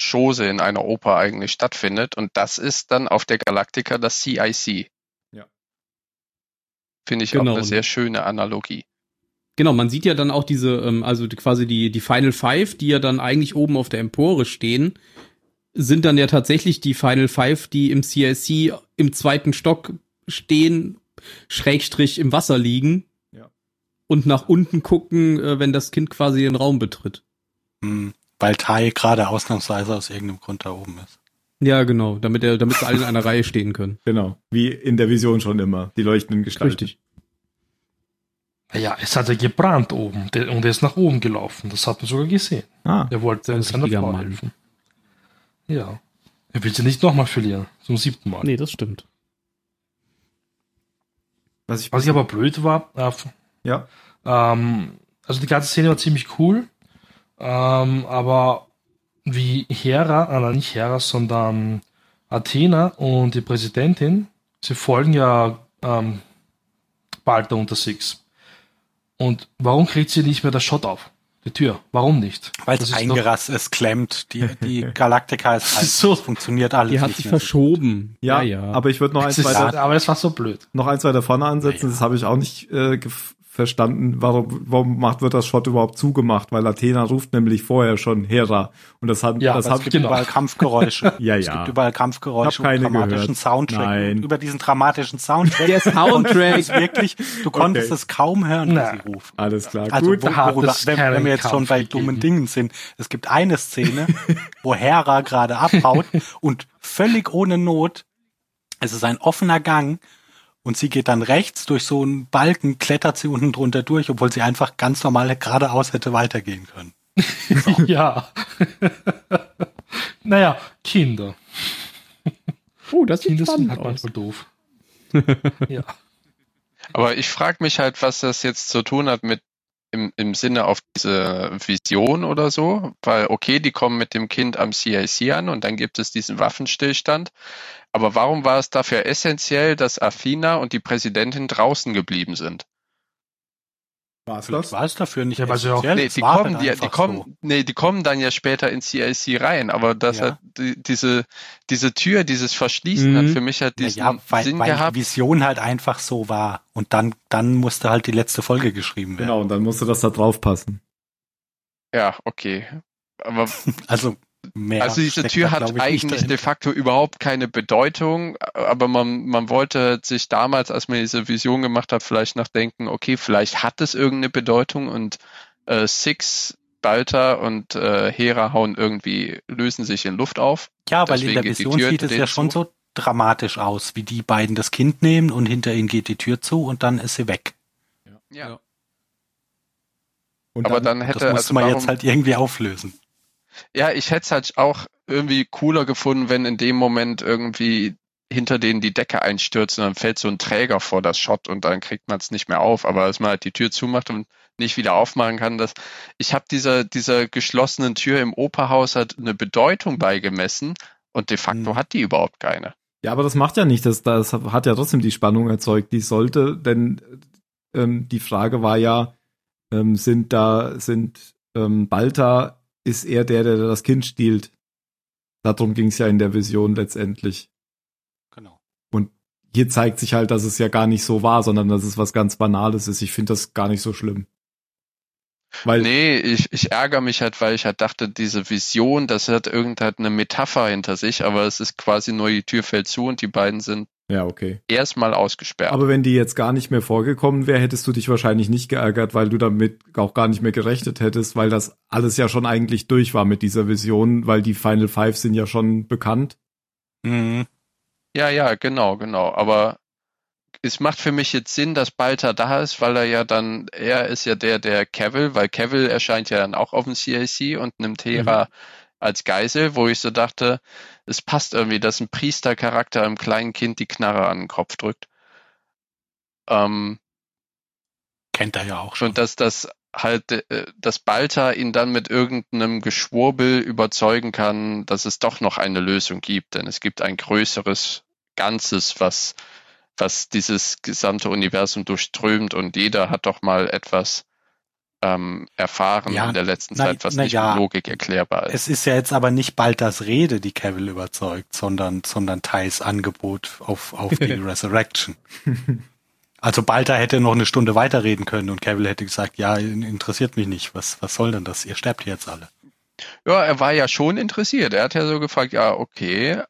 E: Chose in einer Oper eigentlich stattfindet. Und das ist dann auf der Galaktika das CIC.
B: Ja.
E: Finde ich
C: Genau.
E: auch eine sehr schöne Analogie.
C: Genau, man sieht ja dann auch diese, ähm, also die- quasi die, die Final Five, die ja dann eigentlich oben auf der Empore stehen, sind dann ja tatsächlich die Final Five, die im CIC im zweiten Stock stehen, Schrägstrich im Wasser liegen
B: Ja.
C: und nach unten gucken, äh, wenn das Kind quasi den Raum betritt.
D: Hm, Weil Tai gerade ausnahmsweise aus irgendeinem Grund da oben ist.
C: Ja, genau, damit er, damit sie alle in einer Reihe stehen können.
B: Genau. Wie in der Vision schon immer. Die leuchtenden Gestalten.
C: Richtig.
A: Naja, es hat ja gebrannt oben der- und er ist nach oben gelaufen. Das hat man sogar gesehen.
B: Ah,
A: Er wollte
C: Ein
A: seiner
C: richtiger
A: Frau
C: Mann.
A: helfen. Ja. Er will sie nicht nochmal verlieren. Zum siebten Mal.
C: Nee, das stimmt.
B: was ich,
A: Was ich aber blöd war, äh, f-
B: ja.
A: ähm, also die ganze Szene war ziemlich cool, ähm, aber wie Hera, ah, nein, nicht Hera, sondern Athena und die Präsidentin, sie folgen ja ähm, Balta unter Six. Und warum kriegt sie nicht mehr das Shot auf? Die Tür. Warum nicht?
D: Weil
A: Das
D: es
A: ist doch-
D: eingerasst ist, klemmt. Die, die Galaktika ist halt,
A: So.
D: es funktioniert alles
C: Die hat
D: nicht
C: sich
D: mehr.
C: verschoben.
B: Ja, aber ich würde noch eins
A: Das ist,
B: weiter,
A: aber das war so blöd.
B: noch eins weiter vorne ansetzen. Das habe ich auch nicht äh, gef- verstanden. Warum, warum macht, wird das Shot überhaupt zugemacht? Weil Athena ruft nämlich vorher schon Hera. Und das hat,
A: Ja,
B: das
A: das
B: hat,
D: Es gibt
A: Genau.
D: überall Kampfgeräusche.
B: Ja,
D: es
B: ja.
D: gibt überall
B: Ich
D: Kampfgeräusche
B: hab keine
D: dramatischen
B: gehört.
D: Soundtrack.
B: Nein.
D: Und über diesen dramatischen Soundtrack.
C: Der Soundtrack.
D: konntest du es wirklich, du konntest es kaum hören,
A: Na.
D: wie sie ruft.
B: alles klar.
D: Also,
B: gut.
D: wo,
A: da hat
D: worüber,
A: es
D: wenn, wenn
A: keinen
D: wir jetzt schon
A: Kampf
D: bei
A: gegeben.
D: dummen Dingen sind, es gibt eine Szene, wo Hera gerade abhaut und völlig ohne Not, es ist ein offener Gang und sie geht dann rechts durch so einen Balken, klettert sie unten drunter durch, obwohl sie einfach ganz normal geradeaus hätte weitergehen können.
A: Ja. naja, Kinder.
C: Oh, das sieht
A: Kinder sind
C: spannend
A: halt
C: aus.
A: manchmal doof. ja.
E: Aber ich frage mich halt, was das jetzt zu tun hat mit im, im Sinne auf diese Vision oder so, weil okay, die kommen mit dem Kind am CIC an und dann gibt es diesen Waffenstillstand. Aber warum war es dafür essentiell, dass Athena und die Präsidentin draußen geblieben sind?
B: war's
D: Vielleicht war es dafür nicht
A: Ja, weil sie auch-
D: essentiell,
E: Nee,
D: es
E: die
D: war
E: kommen,
D: halt
E: die, die
D: einfach
E: kommen,
D: so.
E: nee, die kommen dann ja später ins CIC rein, aber das
D: Ja.
E: hat die, diese, diese Tür, dieses Verschließen
C: Mhm.
E: hat für mich halt diesen
D: Naja, weil,
E: Sinn
D: weil die
E: gehabt.
D: Vision halt einfach so war. Und dann, dann musste halt die letzte Folge geschrieben werden.
B: Genau, und dann musste das da drauf passen.
E: Ja, okay. Aber
D: Also mehr.
E: also diese
D: steckt
E: Tür
D: da,
E: hat
D: glaub ich, nicht
E: eigentlich de
D: dahinter.
E: facto überhaupt keine Bedeutung, aber man, man wollte sich damals, als man diese Vision gemacht hat, vielleicht nachdenken, okay, vielleicht hat es irgendeine Bedeutung und äh, Six, Balta und äh, Hera hauen irgendwie, lösen sich in Luft auf.
D: Ja, weil in
E: deswegen
D: der
E: geht die
D: Vision
E: Tür
D: sieht es
E: denen
D: ja schon
E: zu.
D: so dramatisch aus, wie die beiden das Kind nehmen und hinter ihnen geht die Tür zu und dann ist sie weg.
E: Ja.
C: Ja.
B: Und
E: Aber dann hätte
D: das musste
E: also
D: man
E: darum,
D: jetzt halt irgendwie auflösen.
E: ja, ich hätte es halt auch irgendwie cooler gefunden, wenn in dem Moment irgendwie hinter denen die Decke einstürzt und dann fällt so ein Träger vor das Shot und dann kriegt man es nicht mehr auf. Aber dass man halt die Tür zumacht und nicht wieder aufmachen kann, das ich habe dieser dieser geschlossenen Tür im Operhaus halt eine Bedeutung beigemessen und de facto
B: Mhm.
D: Hm.
E: hat die überhaupt keine.
B: Ja, aber das macht ja nicht, das, das hat ja trotzdem die Spannung erzeugt, die sollte, denn ähm, die Frage war ja, ähm, sind da, sind ähm, Balta, ist er der, der das Kind stiehlt? Darum ging es ja in der Vision letztendlich.
D: Genau.
B: Hier zeigt sich halt, dass es ja gar nicht so war, sondern dass es was ganz Banales ist. Ich finde das gar nicht so schlimm. Weil,
E: Nee, ich, ich ärgere mich halt, weil ich halt dachte, diese Vision, das hat irgendeine eine Metapher hinter sich, aber es ist quasi nur die Tür fällt zu und die beiden sind
B: ja, okay.
E: erstmal ausgesperrt.
B: Aber wenn die jetzt gar nicht mehr vorgekommen wäre, hättest du dich wahrscheinlich nicht geärgert, weil du damit auch gar nicht mehr gerechnet hättest, weil das alles ja schon eigentlich durch war mit dieser Vision, weil die Final Five sind ja schon bekannt.
D: Mhm.
E: ja, ja, genau, genau. Aber es macht für mich jetzt Sinn, dass Balta da ist, weil er ja dann, er ist ja der, der Cavill, weil Cavill erscheint ja dann auch auf dem CIC und nimmt Hera als Geisel, wo ich so dachte, es passt irgendwie, dass ein Priestercharakter einem kleinen Kind die Knarre an den Kopf drückt. Ähm,
D: Kennt er ja auch schon.
E: Und dass das halt, äh, dass Balta ihn dann mit irgendeinem Geschwurbel überzeugen kann, dass es doch noch eine Lösung gibt, denn es gibt ein größeres Ganzes, was, was dieses gesamte Universum durchströmt und jeder hat doch mal etwas ähm, erfahren
D: Ja,
E: in der letzten
D: na-
E: Zeit, was
D: na
E: nicht
D: ja.
E: mit Logik erklärbar ist.
D: Es ist ja jetzt aber nicht Balthas Rede, die Cavill überzeugt, sondern, sondern Thais Angebot auf, auf die Resurrection. Also Balta hätte noch eine Stunde weiterreden können und Cavill hätte gesagt, ja, in- interessiert mich nicht, was, was soll denn das? Ihr sterbt jetzt alle.
E: Ja, er war ja schon interessiert. Er hat ja so gefragt, ja, okay,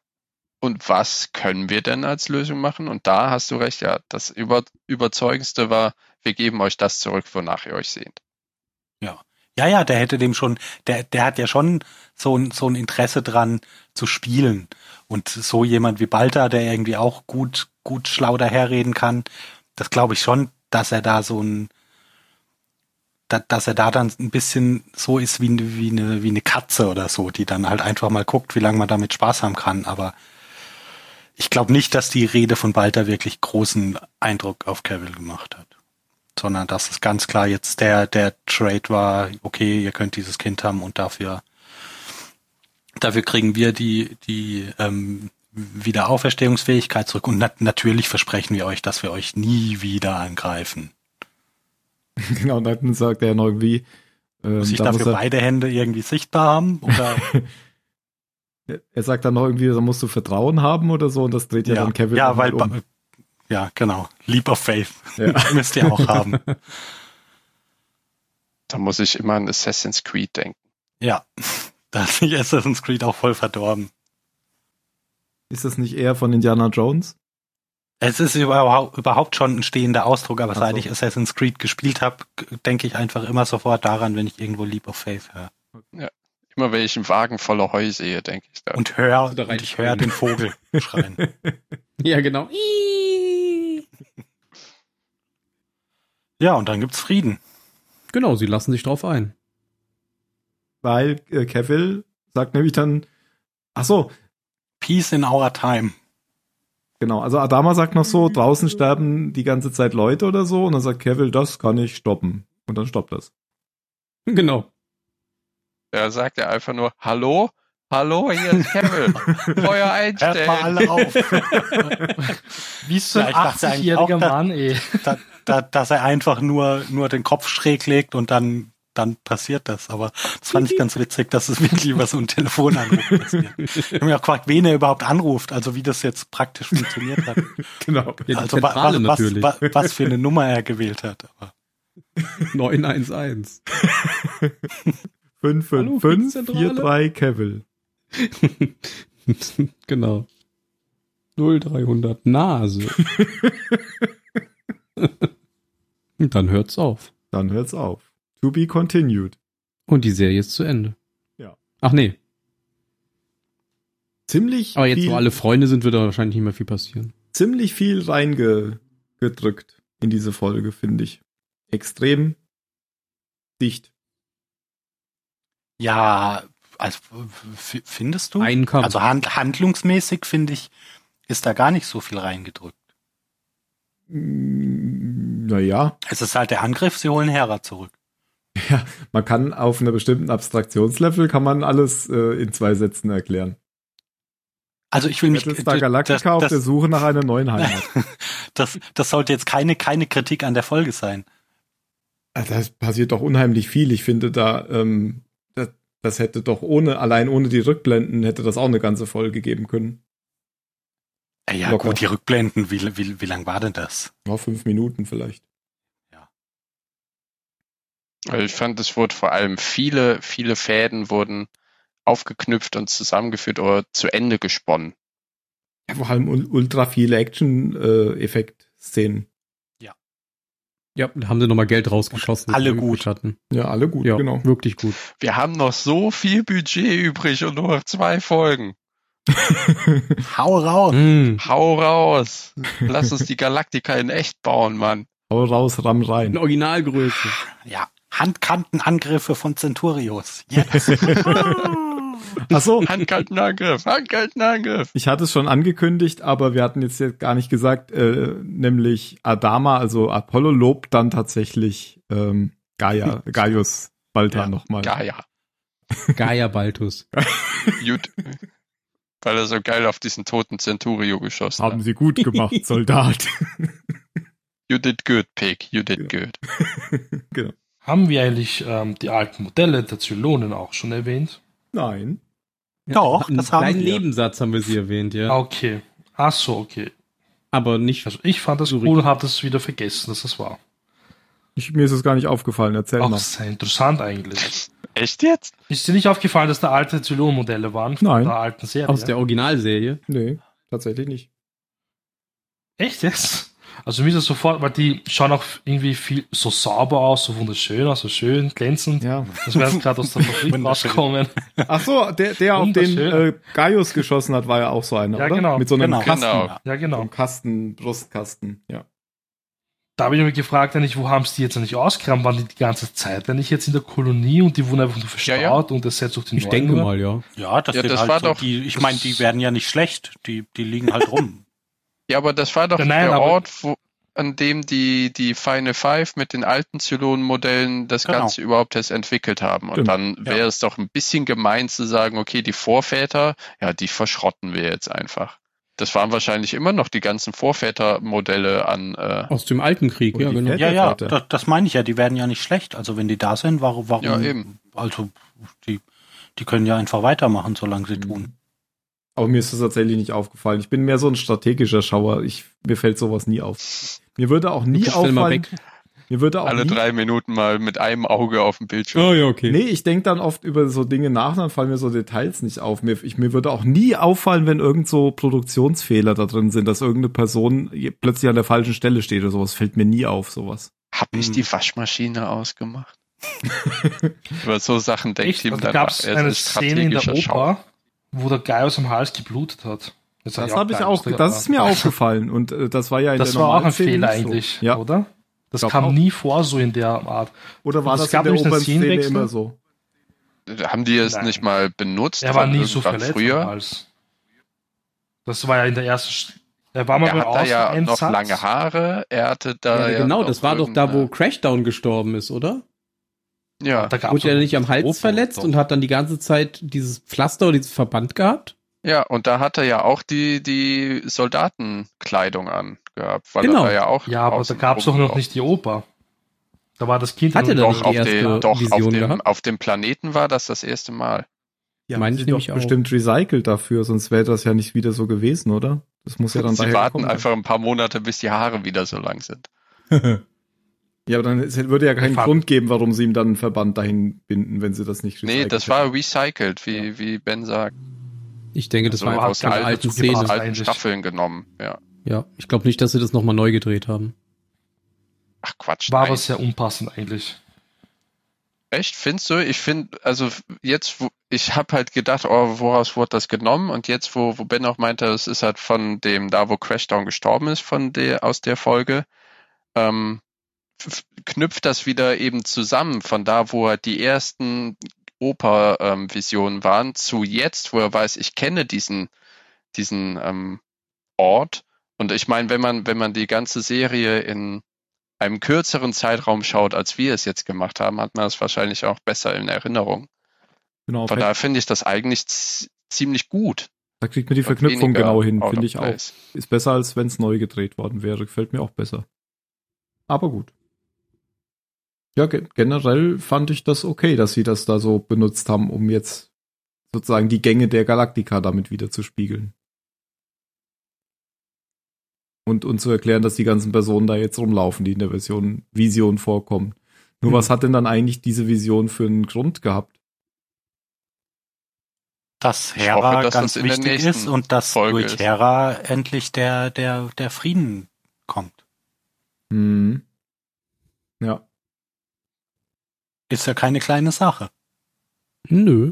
E: und was können wir denn als Lösung machen? Und da hast du recht, ja, das über, überzeugendste war, wir geben euch das zurück, wonach ihr euch sehnt.
D: Ja, ja, der hätte dem schon, der, der hat ja schon so ein, so ein Interesse dran zu spielen. Und so jemand wie Balta, der irgendwie auch gut, gut schlau daherreden kann, das glaube ich schon, dass er da so ein, da, dass er da dann ein bisschen so ist wie, eine- wie eine, wie eine Katze oder so, die dann halt einfach mal guckt, wie lange man damit Spaß haben kann. Aber ich glaube nicht, dass die Rede von Balta wirklich großen Eindruck auf Cavill gemacht hat sondern dass es ganz klar jetzt der, der Trade war, okay, ihr könnt dieses Kind haben und dafür, dafür kriegen wir die, die ähm, Wiederauferstehungsfähigkeit zurück und nat natürlich versprechen wir euch, dass wir euch nie wieder angreifen.
B: genau, und dann sagt er noch irgendwie, ähm,
D: Muss ich
B: da muss
D: dafür
B: er,
D: beide Hände irgendwie sichtbar haben? Oder?
B: er sagt dann noch irgendwie, da musst du Vertrauen haben oder so, und das dreht ja, dann Kevin
D: ja, weil,
B: um.
D: ba- ja, genau. Leap of Faith
B: Ja.
D: müsst ihr auch haben.
E: Da muss ich immer an Assassin's Creed denken.
D: Ja, da hat sich Assassin's Creed auch voll verdorben.
B: Ist das nicht eher von Indiana Jones?
D: Es ist überhaupt, überhaupt schon ein stehender Ausdruck, aber
B: Ach
D: seit
B: so.
D: ich Assassin's Creed gespielt habe, g- denke ich einfach immer sofort daran, wenn ich irgendwo Leap of Faith höre.
E: Immer wenn ich einen Wagen voller Heu sehe, denke ich da.
D: Und höre,
C: Da
D: und ich
C: reinspringen.
D: höre den Vogel schreien.
C: Ja, genau.
D: Ja, und dann gibt's Frieden.
C: Genau, sie lassen sich drauf ein.
B: Weil äh, Cavill sagt nämlich dann, ach so,
D: Peace in our time.
B: Genau, also Adama sagt noch so, draußen sterben die ganze Zeit Leute oder so und dann sagt Cavill, das kann ich stoppen. Und dann stoppt das.
C: Genau.
E: Da sagt er einfach nur, hallo, hallo, hier ist Kevil.
D: Hört
E: Feuer
D: mal
E: einstellen.
D: alle auf.
A: Wie so ein
D: Ja, ich dachte eigentlich
A: 80-jähriger
D: auch, dass-
A: Mann, ey.
D: da, da, dass er einfach nur, nur den Kopf schräg legt und dann, dann passiert das. Aber das fand ich ganz witzig, dass es wirklich über so einen Telefonanruf passiert. Ich habe mich auch gefragt, wen er überhaupt anruft, also wie das jetzt praktisch funktioniert hat.
B: Genau.
C: Ja, die
D: also wa-
C: Zentrale
D: was,
C: natürlich.
D: was, was, was für eine Nummer er gewählt hat. Aber
C: 911.
B: 5,
C: Hallo,
B: 5, 5,
C: Kriegszentrale.
B: 4, 3, Cavill.
C: genau. 0300 Nase. Und dann hört's auf.
B: Dann hört's auf. To be continued.
C: Und die Serie ist zu Ende.
B: Ja.
C: Ach nee.
B: ziemlich,
C: Aber jetzt,
B: viel,
C: wo alle Freunde sind, wird da wahrscheinlich nicht mehr viel passieren.
B: ziemlich viel reingedrückt in diese Folge, finde ich. Extrem dicht.
D: Ja, also f- findest
B: Hm.
D: du?
C: Einen Kampf.
D: Also hand, handlungsmäßig finde ich, ist da gar nicht so viel reingedrückt.
B: Naja,
D: Es ist halt der Angriff, sie holen Hera zurück.
B: man kann auf einer bestimmten Abstraktionslevel kann man alles äh, in zwei Sätzen erklären.
D: Also ich will mich
B: Battlestar Galactica auf
D: das,
B: der
D: das,
B: Suche nach einer neuen Heimat.
D: das, das sollte jetzt keine, keine Kritik an der Folge sein.
B: Also das passiert doch unheimlich viel. Ich finde da, ähm, das, das hätte doch ohne, allein ohne die Rückblenden hätte das auch eine ganze Folge geben können.
D: Äh, Ja,
B: Locker.
D: gut, die Rückblenden, wie, wie, wie lang war denn das?
B: Ja, fünf Minuten vielleicht.
E: Also ich fand, es wurde vor allem viele, viele Fäden wurden aufgeknüpft und zusammengeführt oder zu Ende gesponnen.
B: Ja, vor allem ul- ultra viele äh, Action-Effekt-Szenen.
C: Ja, da haben sie nochmal Geld rausgeschossen.
D: Alle
C: das wir
D: gut.
C: übrig Hatten.
B: ja, alle gut,
C: ja,
B: genau.
C: wirklich gut.
E: Wir haben noch so viel Budget übrig und nur noch zwei Folgen.
D: Hau raus!
C: Mhm.
E: Hau raus! Lass uns die Galaktika in echt bauen, Mann.
B: Hau raus, ramm
C: In
B: rein.
C: Originalgröße.
D: Ja, Handkantenangriffe von Centurios. Jetzt.
B: Ach so,
E: Handkalten Angriff, handkalten Angriff.
B: ich hatte es schon angekündigt, aber wir hatten jetzt, jetzt gar nicht gesagt, äh, nämlich Adama, also Apollo lobt dann tatsächlich ähm, Gaia, Gaius Balta
D: Ja,
B: nochmal.
E: Gaia.
C: Gaia Baltus.
E: Gut. Weil er so geil auf diesen toten Centurio geschossen
B: Haben
E: hat.
B: sie gut gemacht, Soldat.
E: You did good, Pig. You did good.
B: genau.
A: Haben wir eigentlich ähm, die alten Modelle der Zylonen auch schon erwähnt?
B: Nein.
D: Doch,
C: Einen
D: das haben
C: kleinen
D: wir.
C: Nebensatz haben wir sie erwähnt, ja.
A: Okay. Ach so, okay.
C: Aber nicht.
A: Also ich fand das
C: So
A: cool und habe das wieder vergessen, dass das war.
B: Ich, mir ist es gar nicht aufgefallen, erzähl
A: Auch
B: mal.
A: sehr interessant eigentlich.
E: Echt jetzt?
A: Ist dir nicht aufgefallen, dass da alte Zylon-Modelle waren von
B: Nein.
A: der alten Serie?
C: aus der Originalserie.
B: Nee, tatsächlich nicht.
A: Echt jetzt? Also mir ist das sofort, weil die schauen auch irgendwie viel so sauber aus, so wunderschön aus, so schön, glänzend.
B: Ja.
A: Das wäre gerade aus der Fabrik
D: Wunderschön.
A: rauskommen.
B: Ach so, der, der auf den
A: Wunderschön.
B: äh, Gaius geschossen hat, war ja auch so einer,
A: Ja,
B: oder?
A: genau.
B: Mit so einem
D: Genau.
B: Kasten.
E: Genau.
A: Ja,
B: So
A: genau.
B: einem Kasten, Brustkasten, ja.
A: Da habe ich mich gefragt, eigentlich, wo haben sie die jetzt nicht ausgegraben? Waren die die ganze Zeit denn nicht jetzt in der Kolonie und die wurden einfach nur
E: Ja,
A: verstaut
E: ja.
A: und das setzt durch den
C: Ich
A: neuen,
C: denke
A: oder?
C: mal, ja.
D: Ja, das,
E: Ja,
D: sind
E: das
D: halt
E: war
D: so
E: doch-
D: die, ich meine, die werden ja nicht schlecht, die, die liegen halt rum.
E: Ja, aber das war doch
A: Ja, nein,
E: der
A: aber-
E: Ort, wo, an dem die, die Final Five mit den alten Zylonen-Modellen das
D: Genau.
E: Ganze überhaupt erst entwickelt haben. Und
B: Stimmt,
E: dann wäre es doch ein bisschen gemein zu sagen, okay, die Vorväter, ja, die verschrotten wir jetzt einfach. Das waren wahrscheinlich immer noch die ganzen Vorvätermodelle an, äh,
C: Aus dem alten Krieg,
B: Und
C: ja,
B: Oh, die
C: genau.
B: Fett-
D: ja, ja,
B: Seite.
D: das, das meine ich ja, die werden ja nicht schlecht. Also wenn die da sind, warum? warum
E: Ja, eben.
D: Also die, die können ja einfach weitermachen, solange
E: Mhm.
D: sie tun.
B: Aber mir ist das tatsächlich nicht aufgefallen. Ich bin mehr so ein strategischer Schauer. Ich, mir fällt sowas nie auf. Mir würde auch nie
C: Ich stell
B: auffallen.
C: mal weg.
B: Mir würde auch
E: alle
B: nie,
E: drei Minuten mal mit einem Auge auf dem Bildschirm.
C: Oh ja, okay.
B: Nee, ich denke dann oft über so Dinge nach, dann fallen mir so Details nicht auf. Mir, ich, mir würde auch nie auffallen, wenn irgend so Produktionsfehler da drin sind, dass irgendeine Person je- plötzlich an der falschen Stelle steht oder sowas. Fällt mir nie auf, sowas.
A: Oh.
E: Hab ich
D: Hm.
E: die Waschmaschine ausgemacht? Über so Sachen denkt
A: Echt?
E: ihm
A: Also
E: dann
A: gab es
E: er ist
A: eine
E: ein
A: Szene in der
E: strategischer Schauer.
A: Oper, wo der Gaius am Hals geblutet hat. Jetzt
B: Das
A: hab
B: habe ich auch,
A: Gaius
B: das ist mir
A: gesagt.
B: aufgefallen und äh, das war ja in
A: Das
B: der
A: war auch ein
B: Normalszene
A: Fehler
B: nicht so.
A: eigentlich,
B: Ja.
A: oder? Das
B: Glaub
A: kam
B: auch.
A: nie vor so in der Art.
B: Oder war
A: Also Es
B: das in
A: gab
B: der
A: nämlich einen
B: Opernszene
A: Szenenwechsel.
B: immer so?
E: Haben die es
A: Nein.
E: nicht mal benutzt?
A: Er war
E: Von
A: nie so
E: irgendwann
A: verletzt
E: Also Früher?
A: am Hals. Das war ja in der ersten. Sch- Er war mal
E: er
A: bei
E: hat da ja noch
A: Außeneinsatz.
E: lange Haare, er hatte da.
C: ja,
E: Ja,
C: genau,
E: noch
C: das war doch da, wo
E: irgendeine-
C: Crashdown gestorben ist, oder?
E: Ja,
A: Da gab's
C: Wurde er
A: auch-
C: nicht am Hals
A: Oh,
C: verletzt
A: doch.
C: und hat dann die ganze Zeit dieses Pflaster oder dieses Verband gehabt?
E: ja, und da hat er ja auch die, die Soldatenkleidung an gehabt, weil
C: Genau.
E: er da ja auch.
A: Ja, aber da
E: außen
A: gab es doch noch
E: rumgelaufen
A: nicht die Oper. Da war das Kind
C: Hat er
A: dann
C: da
E: Doch,
C: nicht die
E: auf,
A: noch
C: erste
E: den, doch auf,
C: Vision
E: dem,
C: gehabt?
E: auf dem Planeten war das das erste Mal.
B: Ja,
C: Meine
B: sie
C: ich
B: doch
C: nämlich auch.
B: bestimmt recycelt dafür, sonst wäre das ja nicht wieder so gewesen, oder? Das muss ja dann
E: Sie
B: daher
E: warten
B: gekommen sein.
E: einfach ein paar Monate, bis die Haare wieder so lang sind.
B: Ja, aber dann es hätte- würde ja keinen
A: Fahrt.
B: Grund geben, warum sie ihm dann einen Verband dahin binden, wenn sie das nicht
E: Nee,
B: recycelt
E: das
B: hätten.
E: war recycelt, wie, wie Ben sagt.
C: Ich denke, das
E: Also
C: war
E: aus
C: einfach eine
E: der
C: alten
E: alten,
A: Szene.
E: aus
C: Szene.
E: alten Staffeln genommen. Ja.
C: Ja, ich glaube nicht, dass sie das nochmal neu gedreht haben.
E: Ach Quatsch.
A: War
E: nein.
A: aber sehr unpassend eigentlich.
E: Echt, findest du? Ich finde, also jetzt, wo- ich habe halt gedacht, oh, woraus wurde das genommen? Und jetzt, wo, wo Ben auch meinte, es ist halt von dem, da wo Crashdown gestorben ist, von der, aus der Folge, ähm, f- knüpft das wieder eben zusammen von da, wo halt die ersten Oper-Visionen waren, zu jetzt, wo er weiß, ich kenne diesen, diesen ähm, Ort. Und ich meine, wenn man, wenn man die ganze Serie in einem kürzeren Zeitraum schaut, als wir es jetzt gemacht haben, hat man es wahrscheinlich auch besser in Erinnerung.
B: Genau,
E: Von
B: vielleicht-
E: daher finde ich das eigentlich z- ziemlich gut.
B: da kriegt man die
E: Und
B: Verknüpfung
E: weniger
B: genau hin,
E: out
B: finde
E: of
B: ich auch.
E: place.
B: Ist besser, als wenn es neu gedreht worden wäre. Gefällt mir auch besser. Aber gut. Ja, ge generell fand ich das okay, dass sie das da so benutzt haben, um jetzt sozusagen die Gänge der Galaktika damit wieder zu spiegeln. Und, und zu erklären, dass die ganzen Personen da jetzt rumlaufen, die in der Version Vision vorkommen. Nur
C: Hm.
B: was hat denn dann eigentlich diese Vision für einen Grund gehabt?
D: dass
E: Ich
D: Hera
E: hoffe, dass
D: ganz
E: das in der
D: wichtig
E: nächsten
D: ist und dass
E: Folge
D: durch
E: ist.
D: Hera endlich der, der, der Frieden kommt.
B: Hm. Ja.
D: Ist ja keine kleine Sache.
C: Nö.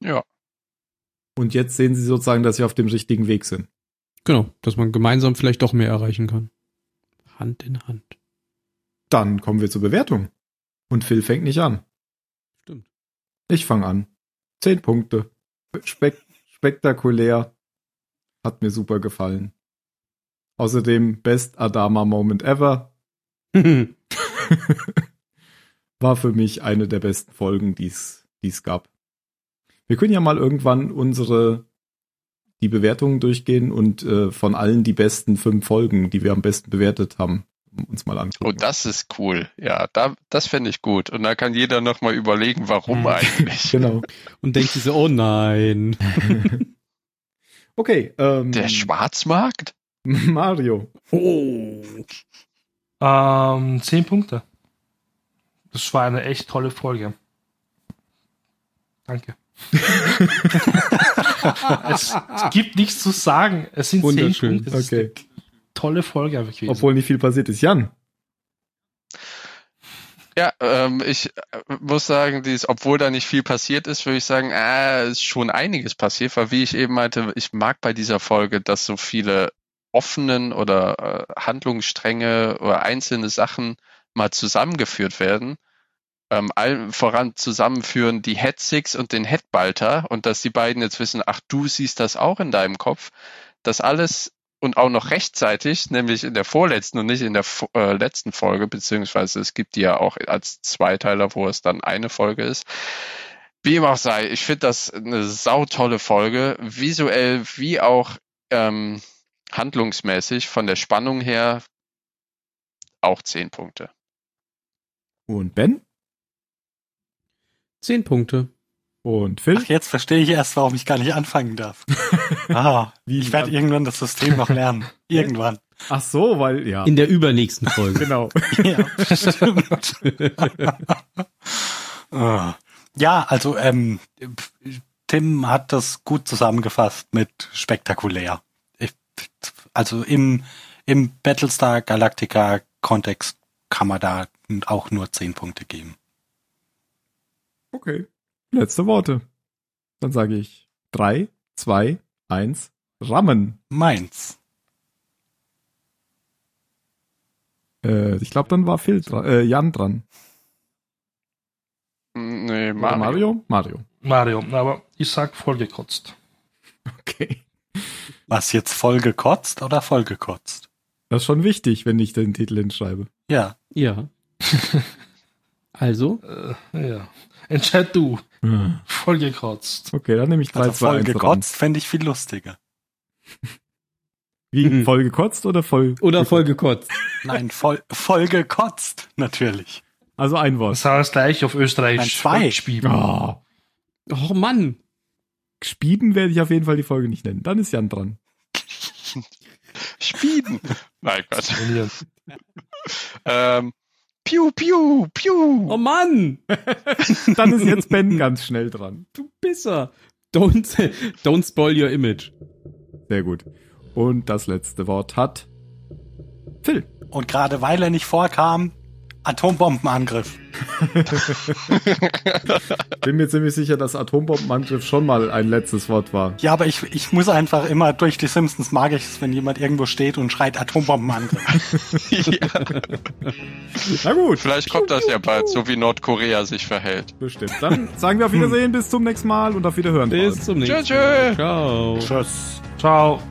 E: Ja, oh,
B: Und jetzt sehen sie sozusagen, dass sie auf dem richtigen Weg sind.
C: Genau, dass man gemeinsam vielleicht doch mehr erreichen kann. Hand in Hand.
B: Dann kommen wir zur Bewertung. Und Phil fängt nicht an.
C: Stimmt.
B: Ich fange an. Zehn Punkte. Spek spektakulär. Hat mir super gefallen. Außerdem Best Adama Moment Ever. War für mich eine der besten Folgen, die es die es gab. Wir können ja mal irgendwann unsere die Bewertungen durchgehen und äh, von allen die besten fünf Folgen, die wir am besten bewertet haben, uns mal angucken.
E: oh, das ist cool. Ja, da, das finde ich gut. Und da kann jeder nochmal überlegen, warum
C: Mhm.
E: eigentlich.
B: genau.
C: Und denkt sich so, oh nein.
B: Okay, ähm,
E: Der Schwarzmarkt?
B: Mario.
C: Oh.
A: Ähm, zehn Punkte. Das war eine echt tolle Folge. Danke. es gibt nichts zu sagen. Es sind zehn
C: Wunderschön.
A: Punkte. Es ist
B: Okay.
A: eine tolle Folge einfach gewesen.
B: Obwohl nicht viel passiert ist. Jan.
E: Ja, ähm, ich äh, muss sagen, dies, obwohl da nicht viel passiert ist, würde ich sagen, äh, ist schon einiges passiert, weil wie ich eben meinte, ich mag bei dieser Folge, dass so viele offenen oder äh, Handlungsstränge oder einzelne Sachen mal zusammengeführt werden. Ähm, allen voran zusammenführen die Head Six und den Head Balter und dass die beiden jetzt wissen, ach, du siehst das auch in deinem Kopf. Das alles und auch noch rechtzeitig, nämlich in der vorletzten und nicht in der vo- äh, letzten Folge, beziehungsweise es gibt die ja auch als Zweiteiler, wo es dann eine Folge ist. Wie ihm auch sei, ich finde das eine sautolle Folge, visuell wie auch ähm, handlungsmäßig von der Spannung her auch zehn Punkte.
B: Und Ben.
C: Zehn Punkte.
B: Und Phil.
D: Ach, jetzt verstehe ich erst, warum ich gar nicht anfangen darf. Ah,
B: Wie
D: ich werde irgendwann das System noch lernen. Irgendwann.
B: Ach so, weil, ja.
C: In der übernächsten Folge.
B: Genau.
D: Ja, stimmt. Ah. ja, also ähm, Tim hat das gut zusammengefasst mit spektakulär. Ich, also im, im Battlestar Galactica Kontext kann man da auch nur 10 Punkte geben.
B: Okay. Letzte Worte. Dann sage ich drei, zwei, eins, Rammen.
D: Meins.
B: Äh, ich glaube, dann war Phil dran, äh, Jan dran.
E: Mm, Nee,
B: Oder
E: Mario.
B: Mario? Mario.
A: Mario, aber ich sag vollgekotzt.
B: Okay.
D: Was jetzt voll gekotzt oder voll gekotzt?
B: Das ist schon wichtig, wenn ich den Titel hinschreibe.
D: Ja,
C: Ja. Also,
A: Äh, ja. Entscheid du.
C: Hm.
B: Okay,
A: Vollgekotzt.
B: dann nehme ich drei,
D: also
B: zwei,
D: voll
B: eins Rammen.
D: gekotzt fände ich viel lustiger.
B: Wie,
C: Mhm.
B: voll gekotzt oder voll?
C: oder voll gekotzt.
D: Nein, voll, voll gekotzt, natürlich.
B: Also ein Wort.
A: Das haben wir es gleich auf Österreichisch
D: Nein, zwei.
A: Volksspiel.
B: Oh.
C: Oh Mann.
B: Gespieben werde ich auf jeden Fall die Folge nicht nennen. Dann ist Jan dran.
E: Spieden. Nein, Gott.
A: Trainieren.
E: Ähm, piu, piu, piu.
C: Oh Mann.
B: Dann ist jetzt Ben ganz schnell dran.
C: Du Pisser. Don't, don't spoil your image.
B: Sehr gut. Und das letzte Wort hat Phil.
D: Und gerade weil er nicht vorkam, Atombombenangriff.
B: Bin mir ziemlich sicher, dass Atombombenangriff schon mal ein letztes Wort war.
D: Ja, aber ich, ich muss einfach immer durch die Simpsons mag ich es, wenn jemand irgendwo steht und schreit Atombombenangriff.
E: ja,
B: Na gut,
E: vielleicht kommt das ja bald, so wie Nordkorea sich verhält.
B: bestimmt. Dann sagen wir auf Wiedersehen, bis zum nächsten Mal und auf Wiederhören. vor allem.
C: Bis zum nächsten
E: Tschö, tschö.
C: Mal. Ciao.
D: Tschüss.
A: Ciao.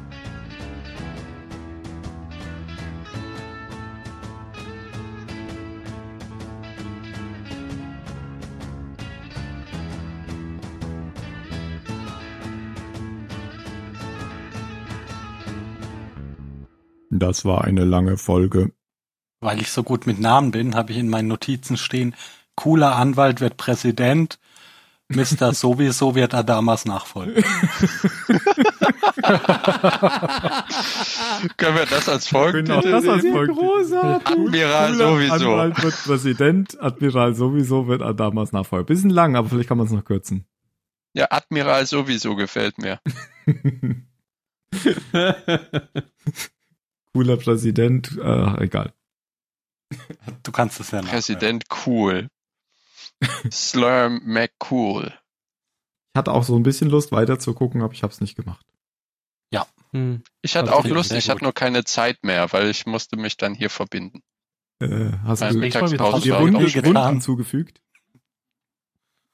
B: Das war eine lange Folge.
D: Weil ich so gut mit Namen bin, habe ich in meinen Notizen stehen, cooler Anwalt wird Präsident, Mr. Sowieso wird Adamas Nachfolger.
E: Können wir das als Folgentitel
B: Genau, das als
E: nehmen?
B: Folge.
E: Admiral
B: Cooler
E: sowieso.
B: Anwalt wird Präsident, Admiral sowieso wird Adamas Nachfolger. Bisschen lang, aber vielleicht kann man es noch kürzen.
E: Ja, Admiral sowieso gefällt mir.
B: Cooler Präsident, äh, egal.
D: Du kannst es ja nachhören.
E: Präsident cool. Slurm McCool.
B: Ich hatte auch so ein bisschen Lust weiter zu gucken, aber ich habe es nicht gemacht.
C: Hm.
E: Ich hatte
D: Das
E: auch
D: klingt
E: Lust,
D: Also sehr
E: ich hatte
D: gut.
E: nur keine Zeit mehr, weil ich musste mich dann hier verbinden.
B: Äh, hast
E: Meine
B: du
A: nächste Mal wieder
E: Mittagspause
B: die
E: war
B: Runde
E: auch
D: getan.
B: Wunden zugefügt?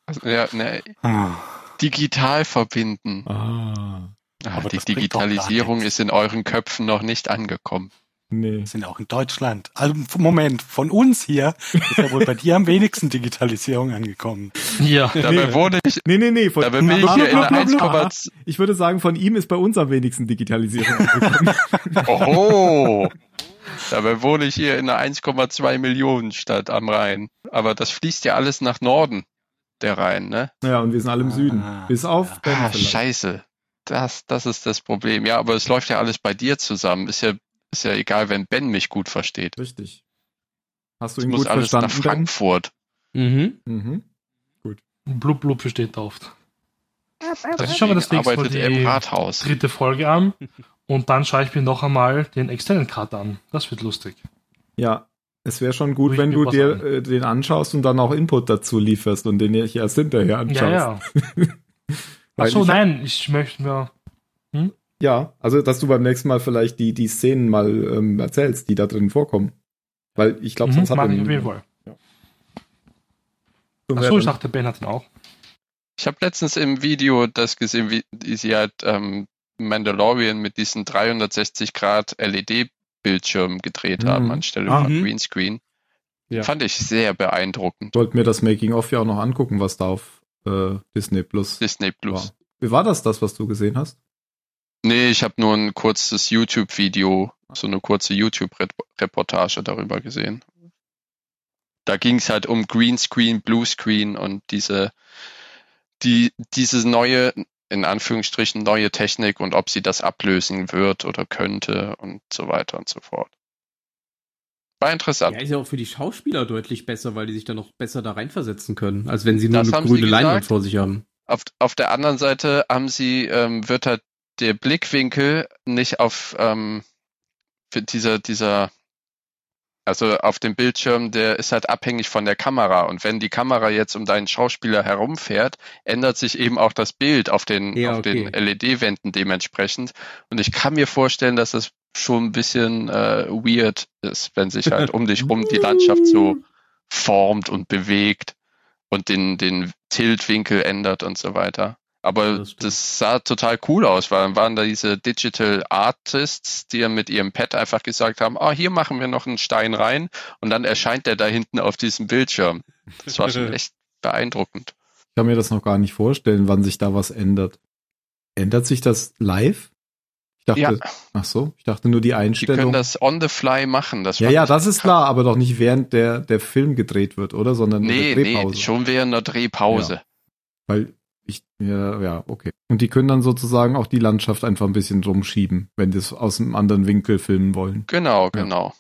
E: schon- Ja, ne,
D: Hm.
E: digital verbinden.
B: Ah,
E: Ah,
D: Aber
E: die
D: das bringt doch
E: Digitalisierung
D: gar nichts.
E: ist in euren Köpfen noch nicht angekommen.
B: nee.
D: Wir sind ja auch in Deutschland. Also, Moment, von uns hier ist ja wohl bei dir am wenigsten Digitalisierung angekommen.
A: Ja.
E: Dabei wurde ich,
B: Nee, nee, nee. Von
E: dabei bin ich
B: Blub,
E: hier in
B: blub,
E: der
B: blub, blub.
E: 1,2.
B: Ich würde sagen, von ihm ist bei uns am wenigsten Digitalisierung angekommen.
E: Oho! Dabei wohne ich hier in einer 1,2 Millionen Stadt am Rhein. Aber das fließt ja alles nach Norden, der Rhein, ne?
B: naja, und wir sind alle im Süden.
D: Ah,
B: Bis auf Ben
E: Ah,
B: vielleicht.
E: scheiße. Das, das ist das Problem. Ja, aber es läuft ja alles bei dir zusammen. Ist ja, ist ja egal, wenn Ben mich gut versteht.
B: Richtig. Hast du
E: Es
B: ihn
E: muss
B: gut
E: alles
B: verstanden?
E: nach Frankfurt.
C: Mhm.
B: Ben? Mhm.
A: Blub, blub versteht oft. Also ich schaue mir das nächste Mal
E: arbeitet er im
A: die
E: Rathaus.
A: dritte Folge an und dann schaue ich mir noch einmal den externen Cut an. Das wird lustig.
B: Ja, es wäre schon
A: Ruhig
B: gut, wenn
A: mir
B: du
A: was
B: dir
A: an.
B: äh, den anschaust und dann auch Input dazu lieferst und den ich erst hinterher anschaust.
A: Ja, ja.
B: Weil
A: Achso,
B: ich-
A: nein, ich möchte mir.
B: Ja, also dass du beim nächsten Mal vielleicht die, die Szenen mal ähm, erzählst, die da drin vorkommen. Weil ich glaube,
A: Mhm,
B: sonst hat
A: mach
B: er
A: ich auf jeden
B: niemand.
A: Fall.
B: Dann
A: Achso, ich
B: wär-
A: dachte, Ben hat ihn auch.
E: Ich habe letztens im Video das gesehen, wie die- sie halt ähm, Mandalorian mit diesen 360 Grad LED-Bildschirmen gedreht
B: Mhm.
E: haben anstelle
B: Ah.
E: von
C: Mhm.
E: Greenscreen.
B: Ja.
E: Fand ich sehr beeindruckend.
B: Sollte mir das Making-of ja auch noch angucken, was da auf äh, Disney Plus
E: Disney Plus.
B: war. Wie war das, das, was du gesehen hast?
E: Nee, ich habe nur ein kurzes YouTube-Video, so eine kurze YouTube-Reportage darüber gesehen. Da ging es halt um Greenscreen, Bluescreen und diese, die, diese neue, in Anführungsstrichen, neue Technik und ob sie das ablösen wird oder könnte und so weiter und so fort. War interessant.
C: Ja, ist ja auch für die Schauspieler deutlich besser, weil die sich dann noch besser da reinversetzen können, als wenn sie nur
E: Das
C: eine
E: haben
C: grüne
E: sie gesagt.
C: Leinwand vor sich haben.
E: Auf, auf der anderen Seite haben sie, ähm, wird halt der Blickwinkel nicht auf ähm, für dieser, dieser, also auf dem Bildschirm, der ist halt abhängig von der Kamera. Und wenn die Kamera jetzt um deinen Schauspieler herumfährt, ändert sich eben auch das Bild auf den,
C: Ja,
E: auf
C: okay.
E: den LED-Wänden dementsprechend. Und ich kann mir vorstellen, dass das schon ein bisschen äh, weird ist, wenn sich halt um dich rum die Landschaft so formt und bewegt und den, den Tiltwinkel ändert und so weiter. Aber
C: Das stimmt.
E: das, sah total cool aus, weil dann waren da diese Digital Artists, die ja mit ihrem Pad einfach gesagt haben, ah, hier machen wir noch einen Stein rein und dann erscheint der da hinten auf diesem Bildschirm. Das war schon echt beeindruckend.
B: Ich kann mir das noch gar nicht vorstellen, wann sich da was ändert. Ändert sich das live? Ich dachte,
E: Ja.
B: ach so, ich dachte nur die
E: Die können
B: Einstellung.
E: das on the fly machen. Das
B: ja,
E: fand
B: ja,
E: ich
B: das ist klar, aber doch nicht während der, der Film gedreht wird, oder? Sondern
E: Nee,
B: in der Drehpause.
E: nee, schon während einer Drehpause.
B: Weil ich, ja, ja, okay. Und die können dann sozusagen auch die Landschaft einfach ein bisschen rumschieben, wenn die es aus einem anderen Winkel filmen wollen.
E: Genau, genau.